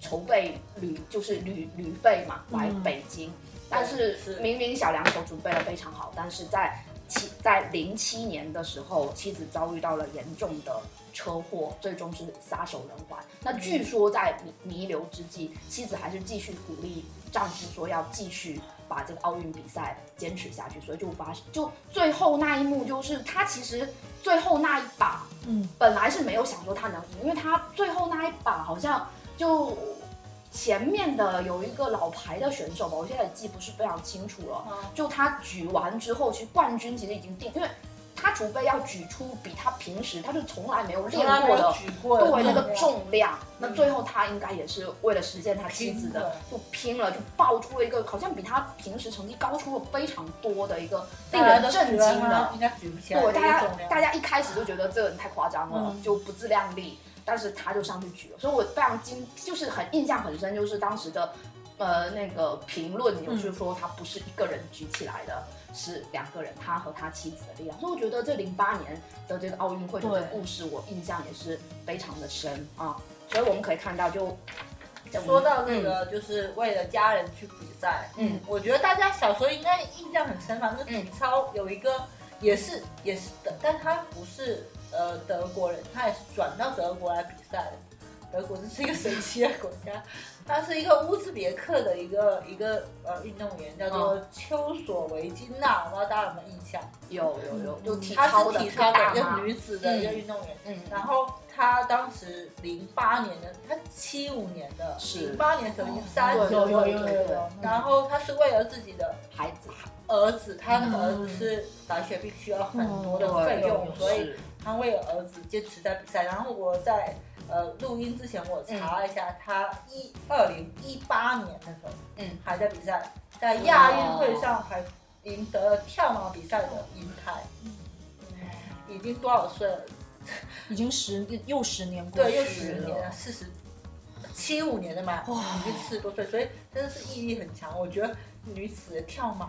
筹备旅，就是旅旅费嘛，来嗯北京。但是是明明小两口准备的非常好，但是在妻在零七年的时候，妻子遭遇到了严重的车祸，最终是撒手人寰。那据说在弥弥留之际，妻子还是继续鼓励丈夫说要继续把这个奥运比赛坚持下去，所以就发就最后那一幕就是他其实最后那一把嗯，本来是没有想说他能赢，因为他最后那一把好像就前面的有一个老牌的选手吧，我现在也记不是非常清楚了。哦就他举完之后，其实冠军其实已经定，因为他除非要举出比他平时他就从来没有练从来没过有的举过的嗯对那重个量重量，那最后他应该也是为了实现他妻子的，就拼了，就爆出了一个好像比他平时成绩高出了非常多的一个令大家人都震觉惊得他的。应该举不起来对，这大个家重量。大家一开始就觉得这个人太夸张了，嗯就不自量力，但是他就上去举了，所以我非常惊，就是很印象很深，就是当时的呃那个评论嗯有是说他不是一个人举起来的，是两个人，他和他妻子的力量。所以我觉得这零八年的这个奥运会的这个对故事，我印象也是非常的深啊。所以我们可以看到就，就说到那个，就是为了家人去比赛，嗯，我觉得大家小时候应该印象很深吧。那嗯体操有一个也是也是的，但他不是呃德国人，他也是转到德国来比赛的。德国这是一个神奇的国家，他是一个乌兹别克的一个一个呃运动员，叫做嗯丘索维金娜，我不知道大家有没有印象？有有有就体她操是的体操的大一个妈，女子的一个运动员。嗯，然后他当时零八年的，他七五年的，是零八年的时候已经三对十多有有有岁有了。然后他是为了自己的孩子儿子，他那个儿子是白血病，需要很多的费哦用，所以是他为了儿子坚持在比赛。然后我在呃录音之前我查了一下，他一二零一八年的时候，嗯，还在比赛，在亚运会上还赢得了跳马比赛的银牌。嗯已经多少岁了？已经十又十年过对，又去十年了，了，四十七五年的嘛，已经四十多岁，所以真的是毅力很强。我觉得女子跳马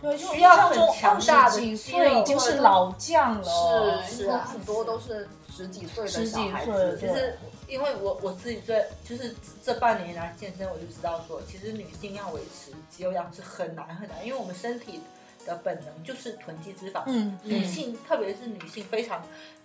对，就需要印象中很强大的二十几肌肉岁已经是老将了，是，是有啊哦很多都是十几岁的十小几孩岁子，就对是因为我我自己最就是这半年来健身，我就知道说，其实女性要维持肌肉量是很难很难，因为我们身体的本能就是囤积脂肪，嗯，女性，特别是女性，非常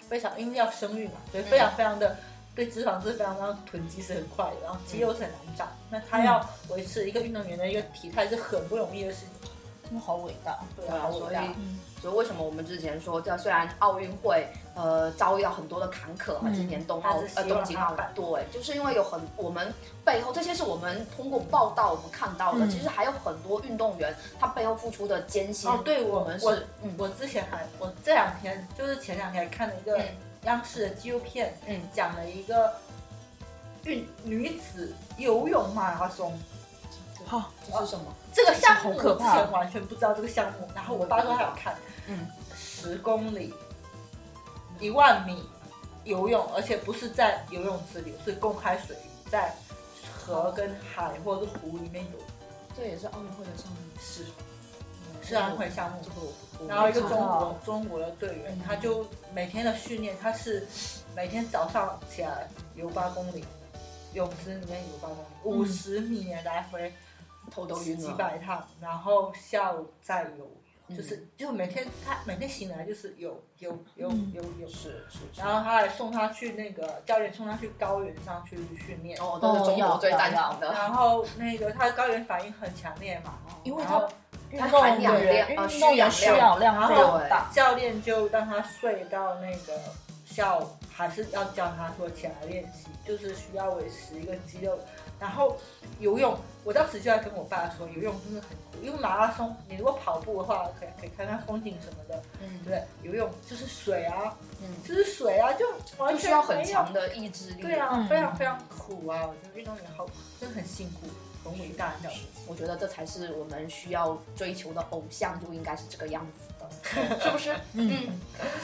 非常，因为要生育嘛，所嗯以非常非常的对脂肪是非常非常囤积是很快的，然后肌肉是很难长。那嗯她要维持一个运动员的一个体态是很不容易的事情，真的嗯好伟大，对对啊，啊，所以以嗯所以为什么我们之前说，这虽然奥运会呃遭遇到很多的坎坷啊，嗯今年冬奥但是希呃望东京奥它办对，就是因为有很我们背后这些是我们通过报道我们看到的，嗯其实还有很多运动员他背后付出的艰辛。哦，对我我们我是嗯我之前还我这两天就是前两天看了一个嗯央视的纪录片，嗯讲了一个运女子游泳马拉松。好，这是什么？这个项目好可我之怕前完全不知道这个项目，然后我爸说他有看，哦嗯，十公里，一万米游泳，而且不是在游泳池里，是公开水域，在河跟海或者是湖里面游，这也是奥运会的项目，是是安徽项目。啊这个我不然后一个不中知道国中国的队员嗯，他就每天的训练，他是每天早上起来游八公里，泳池里面游八公里，五十米来回，头嗯都几晕了，百趟，然后下午再游，嗯就是就每天他每天醒来就是游游游嗯游游，是是是。然后他还送他去那个教练送他去高原上去训练，哦，这是中国最擅长的，然后那个他高原反应很强烈嘛，因为然他后运它动含氧员哦量呃运动员需需氧氧量非常对大，教练就让他睡到那个下午，还是要教他说起来练习，就是需要维持一个肌肉。然后游泳，我当时就在跟我爸说，游泳真的很苦，因为马拉松你如果跑步的话，可以可以看看风景什么的，对不嗯对？游泳就是水啊，嗯，就是水啊，就完就全需要很没有强的意志力。对啊，嗯非常非常苦啊！我觉得运动员好，真的很辛苦，很伟大这样子。我觉得这才是我们需要追求的偶像，就应该是这个样子的，是不是？嗯，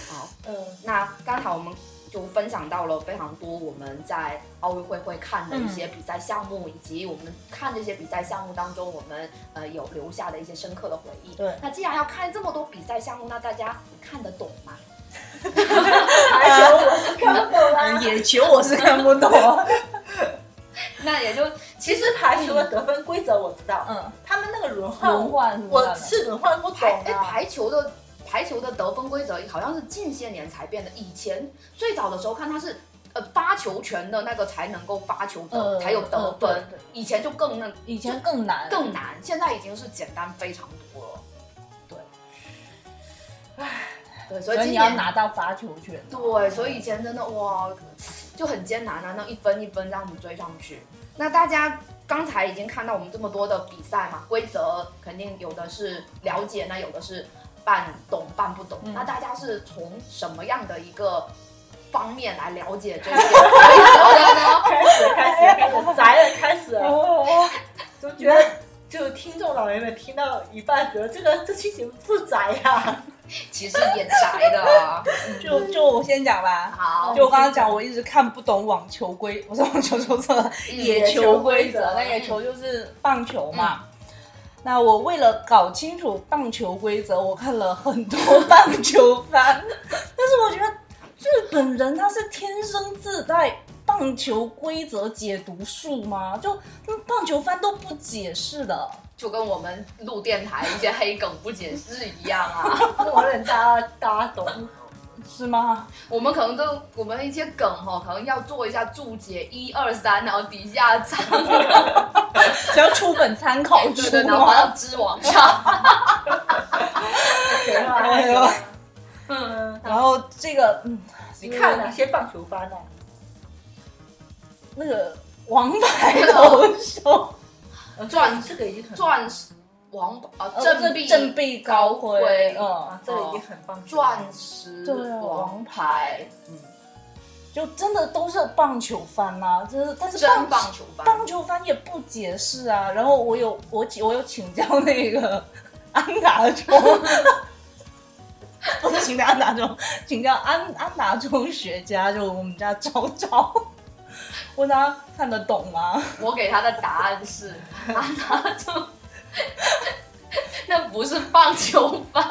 好，嗯，那刚才我们就分享到了非常多我们在奥运会会看的一些比赛项目，以及我们看这些比赛项目当中，我们呃有留下的一些深刻的回忆。对那既然要看这么多比赛项目，那大家看得懂吗？还有我是看不懂 啦。野球我是看不 懂，那也就其实排球的得分规则我知道，嗯，他们那个轮换轮换是不是我是轮换不懂排哎啊。排球的。排球的得分规则好像是近些年才变的，以前最早的时候看它是。呃，发球权的那个才能够发球得，呃才有得分。呃对以前就更那以前更难，更难，现在已经是简单非常多了。对，唉，对，所所以以今你要年拿到发球权。对，所以以前真的哇，就很艰难啊，那一分一分这样子追上去。那大家刚才已经看到我们这么多的比赛嘛，规则肯定有的是了解，那有的是半懂半不懂。嗯那大家是从什么样的一个方面来了解这些规 则的呢？开始了开始了开始了，宅了开始 了，哦，总觉得就听众老爷们听到一半，觉得这个这期节目不宅呀、其实也宅的，就就我先讲吧。好，就我刚刚讲，我一直看不懂网球规， 我说网球说错了，嗯野球规则。嗯那野球就是棒球嘛。那我为了搞清楚棒球规则，我看了很多棒球番， 但是我觉得日本人他是天生自带棒球规则解读术吗？就棒球番都不解释的。就跟我们录电台一些黑梗不解释一样啊。默认大家大家 懂。是吗？ 我们可能就我们一些梗哈，可能要做一下注解，一二三，然后底下藏，只要出本参考书对对，然后吗发到知网上。 行啊哎呦嗯，然后这个，嗯，你看啊哪些棒球番呢、那个王牌投 手，啊？转这个已经很钻石王啊，呃振臂振臂高挥，嗯啊，，这个已经很棒。钻石对啊王牌，就真的都是棒球番啊，就是但是真棒棒球吧。棒球番也不解释啊。然后我有我请我有请教那个 安达中， 不是请教安达中，请教安安达中学家，就我们家昭昭， 问他看得懂吗？我给他的答案是，啊，他就那不是棒球番，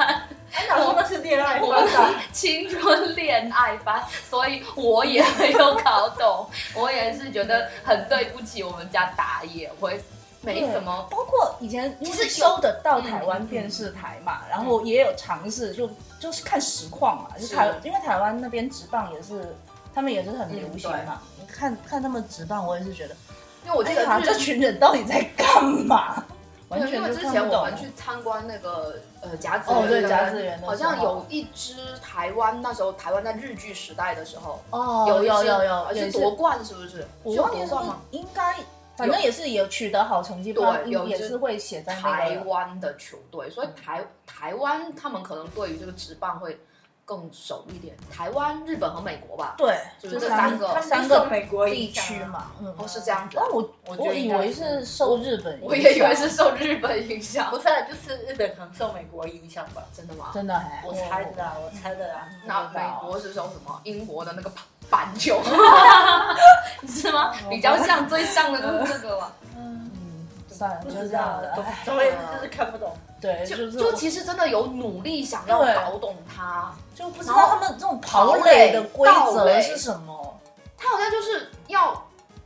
安达哎说那是恋爱番啊，青春恋爱番，所以我也没有搞懂，我也是觉得很对不起我们家打野，我也没什么包括以前因为收得到台湾电视台嘛，嗯然后也有尝试，就就是看实况嘛，就是台因为台湾那边职棒也是，他们也是很流行嘛。你看看他们职棒，我也是觉得，因为嗯我记得哎呀，日这群人到底在干 嘛？完对，全因为就之看前不我懂们。去参观那个呃甲子哦园，对不甲子园的好时候像有一支台湾那时候台湾在日剧时代的时候，哦，有有一有支有而有，且也夺是冠是不是？我是有忘记夺是不冠是吗？应该，反正也是有取得好成绩，对不然有也就是是会写在那台个。湾的球队，所以台台湾他们可能对于这个职棒会更熟一点。台湾、日本和美国吧，对，就是这三三个他三们个受美国地影响啊区。嘛，嗯。哦是这样子啊但。我我觉我得应以该为是受日本影响，我也以为是受日本影 响不，是啊，就是日本可能受美国影响吧，真的吗？真的还哦我猜的啦，我猜的啊啦。那不知道美国是受什么？英国的那个板板 球，是吗？比较像最像的就是这个了。嗯，嗯，算了，不就知这样道的，总总而言之就是看不懂。对，呃就是就就其实真的有努力想要对搞懂它，就不知道他们这种跑垒的规则是什么。它好像就是要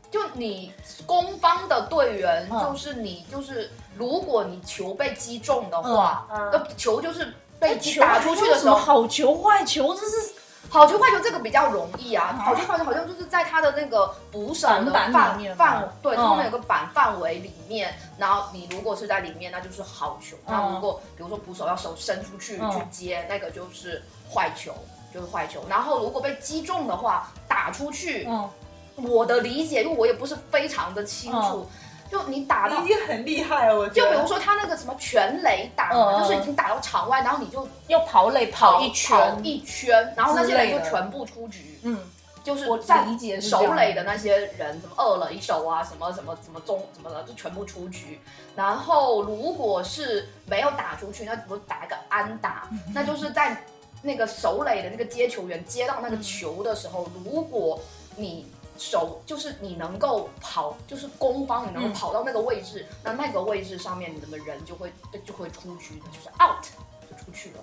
就你攻方的队员，嗯就是你就是如果你球被击中的话，嗯呃、哎球就是被击球打出去的时什么候，好球坏球，这是好球坏球这个比较容易啊，嗯好球坏球好像就是在他的那个捕手的板板范里面嘛范对，嗯他们有个板范围里面，然后你如果是在里面，那就是好球；嗯那如果比如说捕手要手伸出去嗯去接，那个就是坏球，就是坏球。然后如果被击中的话，打出去，嗯，我的理解，因为我也不是非常的清楚，嗯就你打到你已。经很厉害了，我觉就比如得。说他那个什么全垒打嗯嘛，嗯就是已经打到场外，然后你就要跑垒嗯跑一跑圈，一圈，然后那些人之类就的全部出局。嗯，就是我在理解是这样手垒的那些人，什么二垒手啊，什么什么什么中什么的，就全部出局。然后如果是没有打出去，那我打一个 安打，那就是在那个手垒的那个接球员接到那个球的时候，如果你手就是你能够跑，就是攻方你能够嗯跑到那个位置，那那个位置上面你的人就会就会出局的，就是 out 就出去了。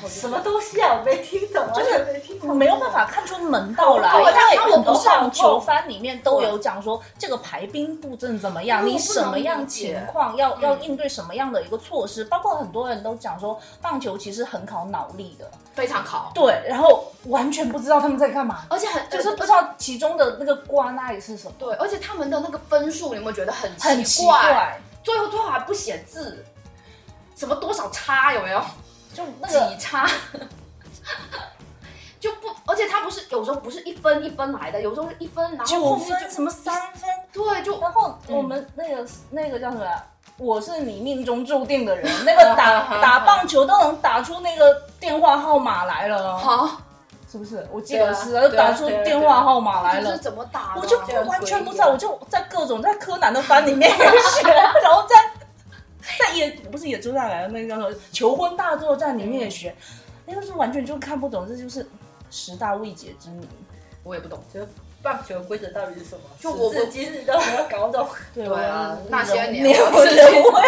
后就什么东西啊？我没听懂啊，就是没听懂，没有办。法看出门道来，我因我为我很多不上懂球番里面都有讲说这个排兵布阵怎么样，对你什么我不能样理解情况要要嗯应对什么样的一个措施，包括很多人都讲说棒球其实很考脑力的，非常好，对，然后完全不知道他们在干嘛，而且很就是不知道其中的那个关爱是什么，对，而且他们的那个分数，你有没有觉得很很奇怪，最后最后还不写字，什么多少差有没有？就那个几差？ 就不，而且他不是有时候不是一分一分来的，有时候是一分，然后九后面分就什么三分，对，就然后我们那个、那个叫什么啊？我是你命中注定的人， 那个打打棒球都能打出那个电话号码来了，好，是不是？我记得是对啊啊，就打出对啊对啊电话号码来就是了。怎么打的啊？我就对啊完全不知对道，啊我就在各种在柯南的番里面学， 然后在在野不是野猪大来了那个叫什么求婚大作战里面也学，那个是完全就看不懂，这就是十大未解之谜。我也不懂。就棒球规则到底是什么？就我时至今日都没有搞懂。对对啊我那些年没有我是人会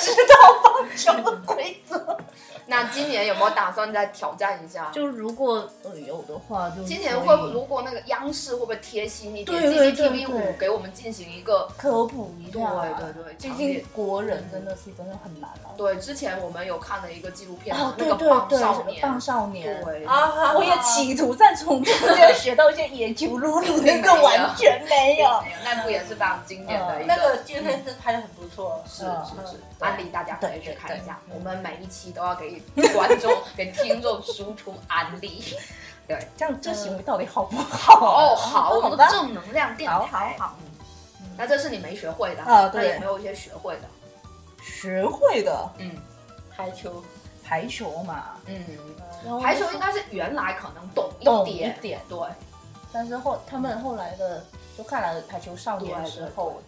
知道棒球的规则。那今年有没有打算再挑战一下？就如果呃有的话，就今年可以会不如果那个央视会不会贴心一点对对对，CCTV 对五给我们进行一个科普一下啊。对对对毕强竟烈国人真的是真的很难啊。对，之前我们有看了一个纪录片，啊，对那个对棒对，少是年，棒少年。对，啊我也企图在从中 间学到一些野球露露，但是完全没有。那部也是非常经典的一那个纪录片真的拍的很不错，是嗯是是，对安利大家可以去看一下。对对对我们每一期都要给观众、给听众输出安 利。这样这行为到底好不啊好？哦，好，我好们吧的。正能量电台。好好好嗯那这是你没学会的啊对那有没有一些学会的？学会的嗯排球。排球嘛，嗯，然后排球应该是原来可能懂懂一点，点对，但是后他们后来的就看了《排球少年》对之后，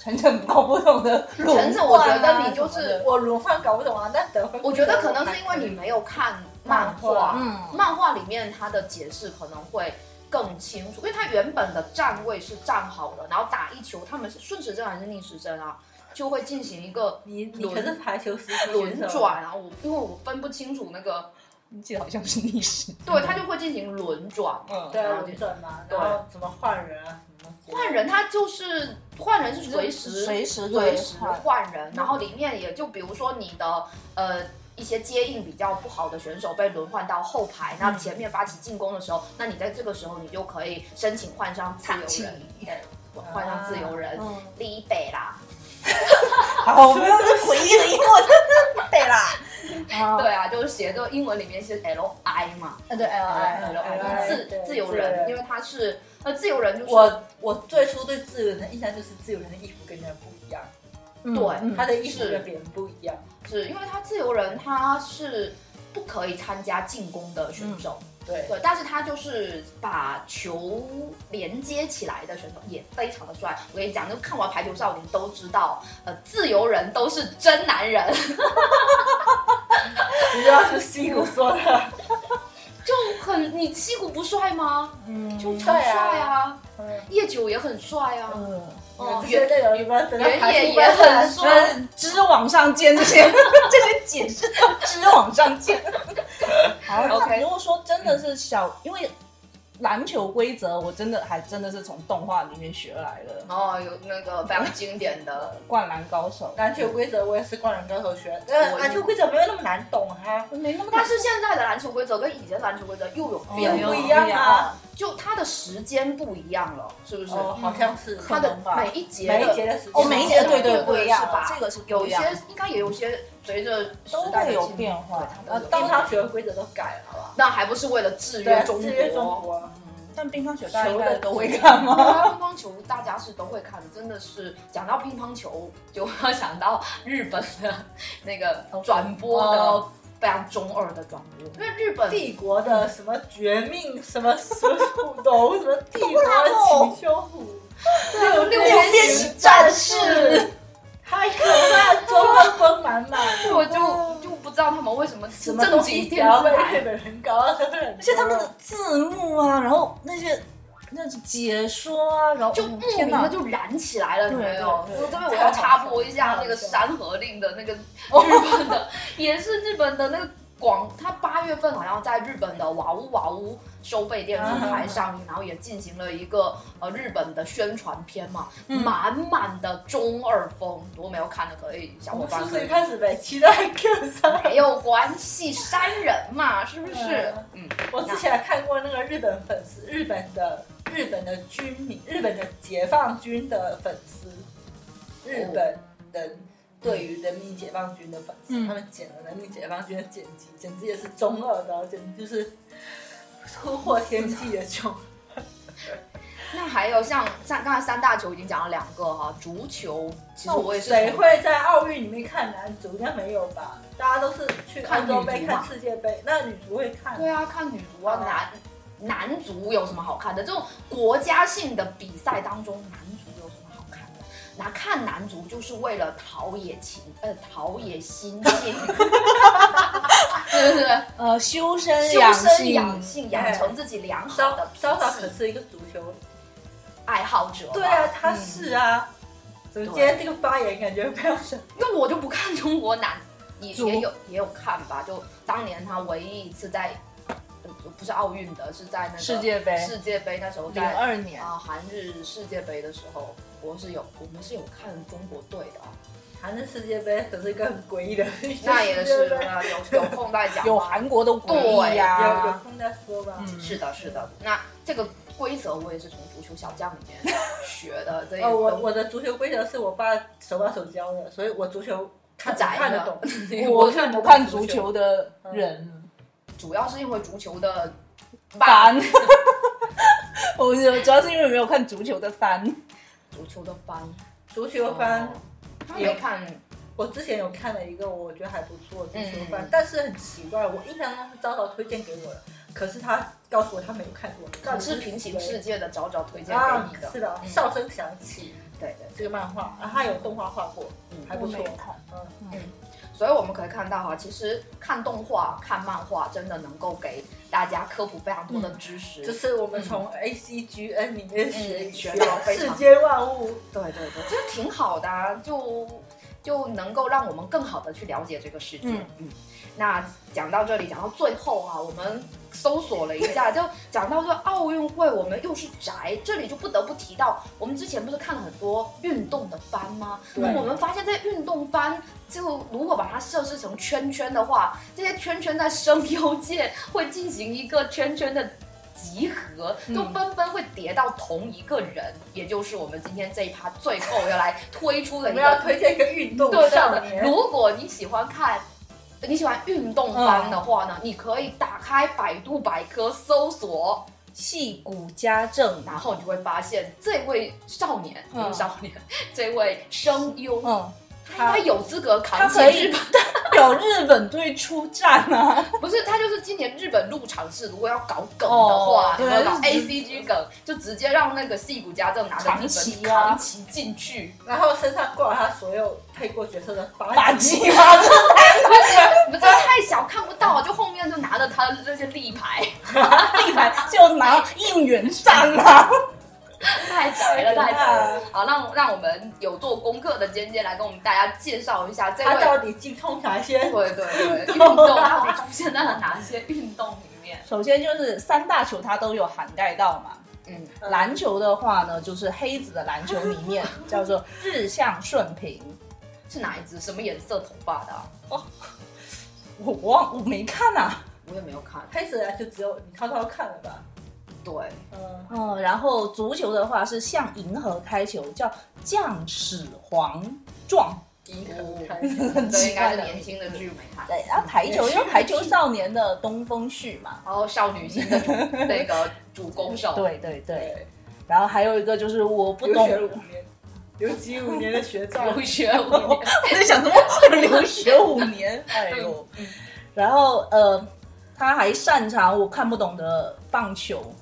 晨晨搞不懂的轮晨晨，我觉得你就是，我轮换搞不懂啊，那等会我觉得可能是因为你没有看漫画，嗯，漫画里面它的解释可能会更清楚，因为它原本的站位是站好了，然后打一球，他们是顺时针还是逆时针啊，就会进行一个你你可是排球时期轮转啊。我因为我分不清楚那个，你记得好像是历史，对，它就会进行轮转。嗯，对啊，轮转嘛，然后怎么换人啊，什么东西换人他就是换人是随时随时随时换换人，然后里面也就比如说你的呃一些接应比较不好的选手被轮换到后排，那前面发起进攻的时候，那你在这个时候你就可以申请换上自由人，对换上自由人，嗯，立北啦，好，我们又是回忆了一幕，真的 对啦，啊，对啊，就是写这个英文里面是 L I 嘛啊对，L I ，L I 自对自由自由人，人因为他是呃自由人就是我我最初对自由人的印象就是自由人的衣服跟人家不一样，嗯对他的衣服是跟别人不一样。是因为他自由人他是不可以参加进攻的选手。对，对，但是他就是把球连接起来的选手也非常的帅。我跟你讲，就看完《排球少年》都知道，呃，自由人都是真男人， 主要是西谷说的。就很你七谷不帅吗？嗯，就很对啊帅啊，嗯，叶九也很帅啊，嗯，哦，这原些内容你们等到原排野出也来很再帅，知网上见这 些这些解释叫知网上见。 好 OK 如果说真的是小，因为篮球规则我真的还真的是从动画里面学来的，哦，有那个非常经典的， 《灌篮高手篮球规则我也是灌篮高手学，但我篮球规则没有那么难懂啊哈》，，没那么 但是现在的篮球规则跟以前的篮球规则又有变也化，不一样啊。就它的时间不一样了，是不是？哦，好像是它的可能吧每一节每的一节的时间哦，每一节对对对对不不一一样样啊这个是有一些些应该也有些随着时都代的会有进步变化对它，都呃有，乒当乓球的规则都改了吧？那还不是为了制对约啊，中制约中国。国。但乒乓球大家球应的该都会看吗？啊乒乓球大家是都会看的，真的是讲到乒乓球就要想到日本的那个转播的哦非常中二的转播，因为日本帝国的什么绝命什么什么虎头，什么帝国锦绣虎，有六六边边形形战战士士，太可怕， 中二风满满，我就就不知道他们为什么哦什是么正东西极只电要视被台日 本人搞，都会很而且他们的字幕啊，然后那些那是解说啊，然后就嗯莫天名的哪，就燃起来了，有没有？对对我这边我对要插播一太下好笑哦那个《山河令》的那个日本的，也是日本的那个广，它八月份好像在日本的瓦屋瓦屋收费电啊视台上映，然后也进行了一个呃日本的宣传片嘛，嗯满满的中二风。如果没有看的，可以小我伙们哦是不伴可是一以。开始没期 待 Q 三？没有关系，删人嘛，是不是？啊嗯，我之前看过那个日本粉丝，日本的日本的军民，日本的解放军的粉丝，日本人对于人民解放军的粉丝，嗯他们剪了人民解放军的剪辑，简直也是中二的，哦简直就是突破天际的穷。那还有像像刚才三大球已经讲了两个哈、足球其实我也是谁从会在奥运里面看男足？应该没有吧？大家都是去看欧洲女杯、足看嘛世界杯，那女足会看。对啊，看女足啊，哦男男足有什么好看的？这种国家性的比赛当中，男足有什么好看的？那看男足就是为了陶冶情，呃，陶冶心性， 是不是？呃，修身修养身养性，性，养成自己良好稍的稍早可脾气是一个足球，爱好者。对啊，，他是啊。怎么今天这个发言感觉非常神那我就不看中国男，也足也有也有看吧，就当年他唯一一次在，呃不是奥运的，是在那个世界杯世界杯那时候零在二年，啊，韩日世界杯的时候，我是有我们是有看中国队的啊，韩日世界杯可是一个很诡异的世界杯，那也是啊有有空再讲吧。 有韩国的啊鬼有有呀，空再说吧。嗯是的，是的。那这个规则我也是从足球小将里面学的，这也哦，我都我的足球规则是我爸手把手教的，所以我足球看不宅看得的懂。我看不不看看足足球球的人，主要是因为足球的烦。 我主要是因为没有看足球的番，足球的班，哦足球番，他没看我之前有看了一个，我觉得还不错足球番，嗯但是很奇怪，我印象中是昭昭推荐给我的，可是他告诉我他没有看过，到可底是是平行谁世界的早早推荐啊给你的，，是的，嗯笑声响起对对。这个漫画，然后他有动画画过，还不错我没。看嗯，所以我们可以看到哈，其实看动画、看漫画真的能够给大家科普非常多的知识。这是我们从 A C G N 里面学嗯学学到非世常间万物，对对对，这挺好的、啊，就就能够让我们更好的去了解这个世界。嗯嗯那讲到这里，讲到最后啊，我们搜索了一下，就讲到这奥运会，我们又是宅，这里就不得不提到，我们之前不是看了很多运动的番吗？对那我们发现，这些运动番就如果把它设置成圈圈的话，这些圈圈在声优界会进行一个圈圈的集合，嗯就纷纷会叠到同一个人，也就是我们今天这一趴最后要来推出我的一们要个。推荐一个运动对少对对，年。如果你喜欢看。你喜欢运动番的话呢，你可以打开百度百科搜索，戏骨家政，然后你就会发现这位少年，嗯不是少年，这位声优，嗯，他应该有资格他扛起可日以本 有日本队出战啊，不是，他就是今年日本入场是，如果要搞梗的话哦，有没有搞对 A C G 梗，就直接让那个戏骨家政拿着长日旗本啊长旗进去。然后身上挂了他所有配过角色的打八级，击吗？你们真的太小看不到，就后面就拿着他的那些立牌，立牌就拿应援上 啊，太宅了，太太可怕宅了了。好，让让我们有做功课的尖尖来跟我们大家介绍一下这他位，到底精通哪些？对对对，运动到底出现在了哪些运动里面？首先就是三大球它都有涵盖到嘛。嗯，篮球的话呢，就是黑子的篮球里 面叫做日向顺平，是哪一只？什么颜色头发的啊？我忘我没看啊。我也没有看。开始来就只有你偷偷看了吧？对，嗯，嗯，然后足球的话是向银河开球，叫将始皇壮。银哦河开 很这奇应该怪是的年轻的剧没看。对，然后排球，因为排球少年的东风旭嘛。然后少女心的主 那个主攻手，对对对，对，然后还有一个就是我不留懂，学五年，留级五年的学 长，留学五年，我 在想什么？我留学五年，哎呦，然后呃，他还擅长我看不懂的棒球，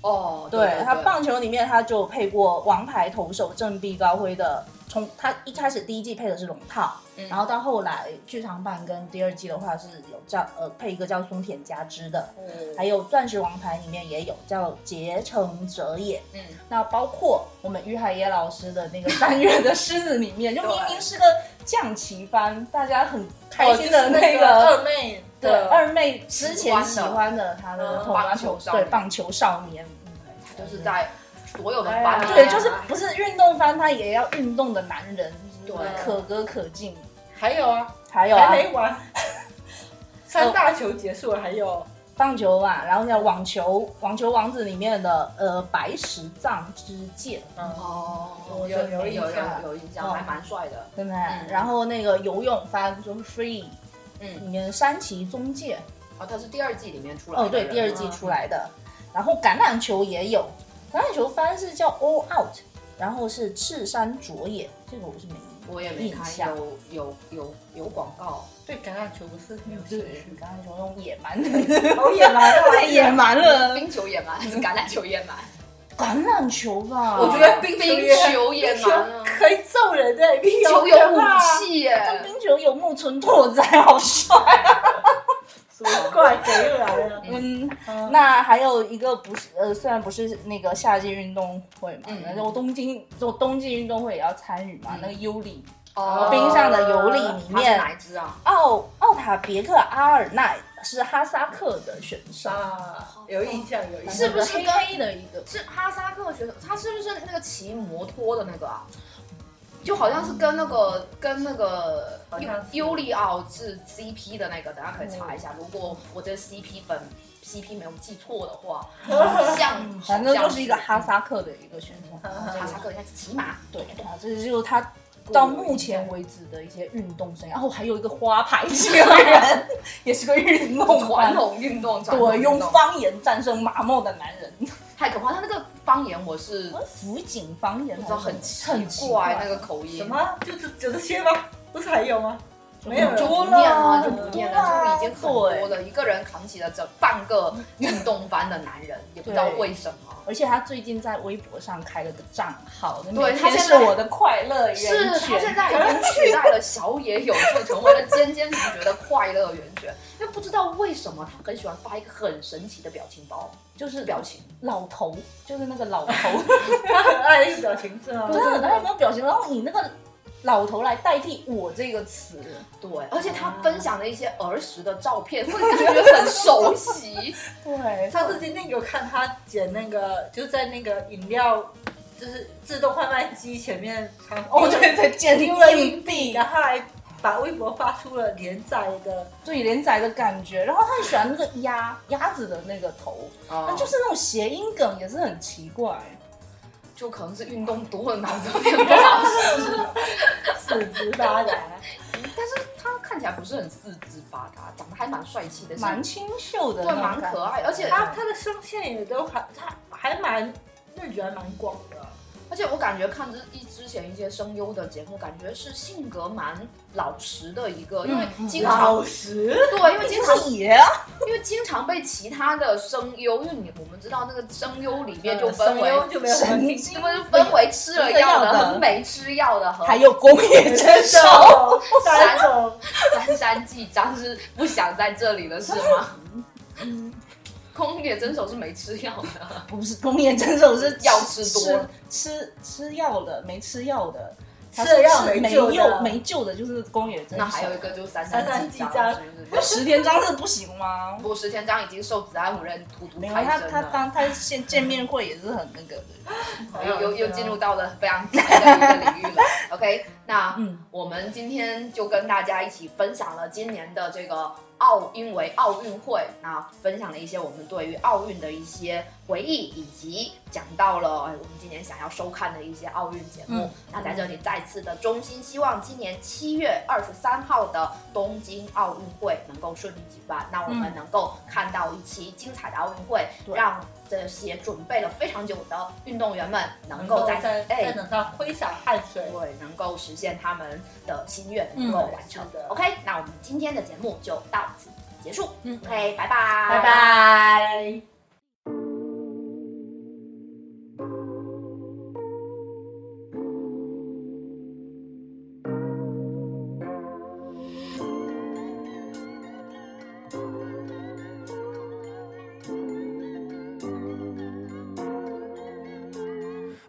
哦，对他棒球里面他就配过王牌投手振臂高挥的，从他一开始第一季配的是龙套，嗯然后到后来剧场版跟第二季的话是有叫呃配一个叫松田佳之的，嗯还有钻石王牌里面也有叫结城哲也，嗯，那包括我们于海野老师的那个三月的狮子里面，就明明是个降旗班，大家很开开心心的的哦那那个个二妹对的二妹之前喜欢的她嗯的同班同棒球少对年棒球少年，嗯就是在所有的哎呀班里面，对，就是不是运动番，他也要运动的男人，就是嗯对可歌可敬。还有啊，还有啊还，没完，三大球结束了，还有棒球嘛，然后叫网球，网球王子里面的呃白石藏之介，嗯，哦，我有有有印有象有印象，嗯还蛮帅的。对不对？嗯然后那个游泳番就是 Free，嗯里面的山崎宗介，哦，他是第二季里面出来的哦对，人嗯第二季出来的。然后橄榄球也有，橄榄球番是叫 All Out，然后是赤山卓也，这个我是没我也没印看，象有有有有广告，对橄榄球不是很有兴对趣，橄榄球那种野蛮 的，好野蛮啊！太野蛮了。冰球也 蛮，橄榄球也蛮，橄榄球吧，我觉得冰球也冰球也蛮啊冰球可以揍人的，冰冰球有可武怕，器耶，但冰球有木村拓哉，好帅。什么怪鬼又来了？嗯，嗯那还有一个不是呃，虽然不是那个夏季运动会嘛，嗯然后东京就冬季运动会也要参与嘛，嗯那个尤里哦，冰上的尤里里他是面，哪一支啊？奥奥塔别克阿尔奈是哈萨克的选手，啊，有印象，有印象，是不是黑跟黑的一个？是哈萨克选手，他是不是那个骑摩托的那个啊？就好像是跟那个跟那个好尤像是尤里奥是 CP 的那个，等下可以查嗯一下。如果我这 CP 粉 CP 没有记错的话， 好像嗯反正就是一个好哈像萨克的一个选手。哈萨克，应该是骑马。对啊，这就是他到目前为止的一些运动生涯。然后还有一个花牌球人，也是个运动传 番。统运动，传统对，运用动方言战胜麻木的男人，太可怕。他那个方言我是福井方言不知好道像很很奇怪那个口音，什么？就这就这些吗？不是还有吗？没有很人多不念了，了，就很不多念啦了，就是已经很多了。一个人扛起了整半个运动班的男人，也不知道为什么。而且他最近在微博上开了个账号，对他每天现是在我的快乐源是泉。他现在已经取代了小野友会，成为了尖尖同学的快乐源泉。又不知道为什么他很喜欢发一个很神奇的表情包，就是表情老头，就是那个老头， 他很爱一个表情是吗？真的，他有没有表情？然后以那个老头来代替我这个词，对，而且他分享的一些儿时的照片，会感觉很熟悉。对，上次今天有看他剪那个，就在那个饮料，就是自动贩卖机前面藏哦，对对，捡丢丢了了硬硬币，币，然后还把微博发出了连载的，对连载的感觉。然后他很喜欢那个鸭鸭子的那个头，那那就是那种谐音梗，也是很奇怪。就可能是运动多了，脑子有点不 好使。四肢发 达，啊但是他看起来不是很四肢发达，长得还蛮帅 气的，是蛮清秀的对，那种蛮感觉，可爱，而且他他的声线也都还他还蛮，那觉得蛮广的。而且我感觉看之一之前一些声优的节目，感觉是性格蛮老实的一个，因为嗯经常、老实，对，因为经常就是爷啊，因为经常被其他的声优，因为你我们知道那个声优里面就分声嗯为，优就没有什么神那么就分为吃了药没有的的和没吃药的和还有宫野真守，哦三种，三山纪章是不想在这里了是吗？嗯空野真守是没吃药的，不是宫野真守是药吃多了，吃吃药的，没吃药的，他吃了是药吃没没救的用没救的，就是宫野真守。那还有一个就是三山纪纪章章，是不是石田章是不行吗？不，石田章已经受子安五人荼毒没有，太他深他了，当他见见面会也是很那个的，又又啊又进入到了非常 低的一个领域了。OK，那嗯，我们今天就跟大家一起分享了今年的这个奥运为奥运会，那分享了一些我们对于奥运的一些回忆，以及讲到了哎我们今年想要收看的一些奥运节目。嗯那在这里再次的衷心希望今年七月二十三号的东京奥运会能够顺利举办，那我们能够看到一期精彩的奥运会，对让这些准备了非常久的运动员们能能够够在哎在哎在等上挥洒汗水。对，能够实现他们的心愿，嗯能够完成。是的 OK，那我们今天的节目就到此结束。嗯 OK，拜拜，拜。拜。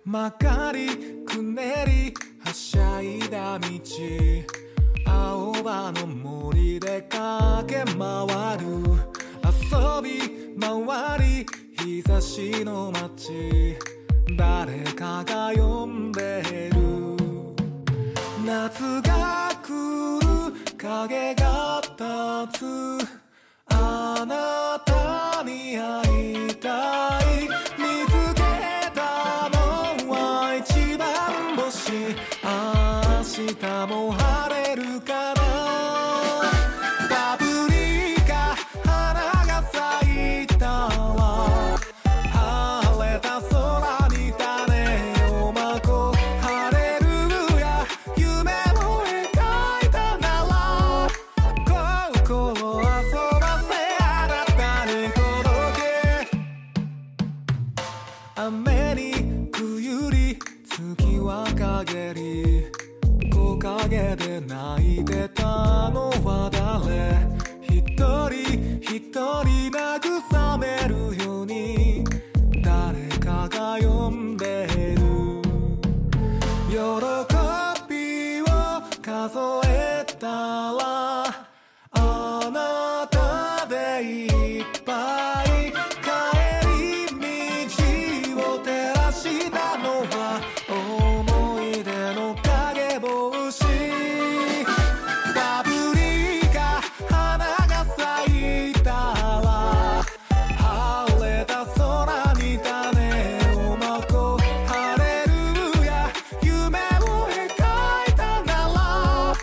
曲がりくねりはしゃいだ道ばの森で駆け回る遊び回り日差しの街誰かが呼んでる夏が来る影が立つあなたに会いたい見つけたのは一番星明日も晴れるかなパプリカ花が咲いたわ晴れた空に種をまこう晴れるや夢を描いたなら心を遊ばせあなたに届け雨にくゆり月は陰り木陰で泣いてたのは誰一人一人慰めるように誰かが呼んでる喜びを数えたらあなたでいっぱい帰り道を照らしたのは思い出の影帽子パプリカ花が咲いたら晴れた空に種をまこう晴れるや夢を描いたなら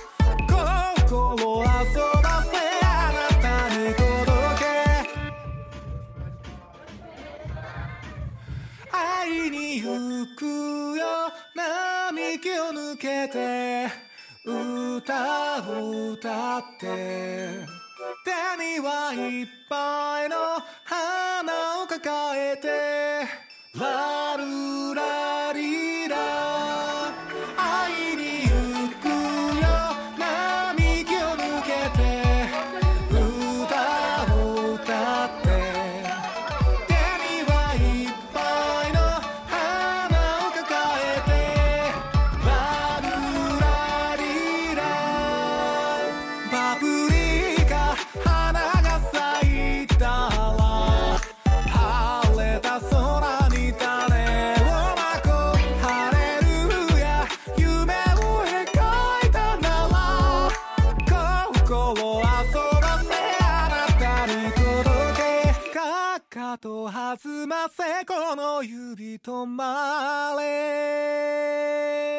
心を遊ばせあなたに届け会いに行くよ並木を抜けて歌を歌って手にはいっぱいの花を抱えてラルラリラ会いに行くよ並木を抜けて歌を歌って手にはいっぱいの花を抱えてラルラリラパプリカ花が咲いたら晴れた空に種をまこう晴れるや夢を描いたなら心を遊ばせあなたに届けかかと弾ませこの指止まれ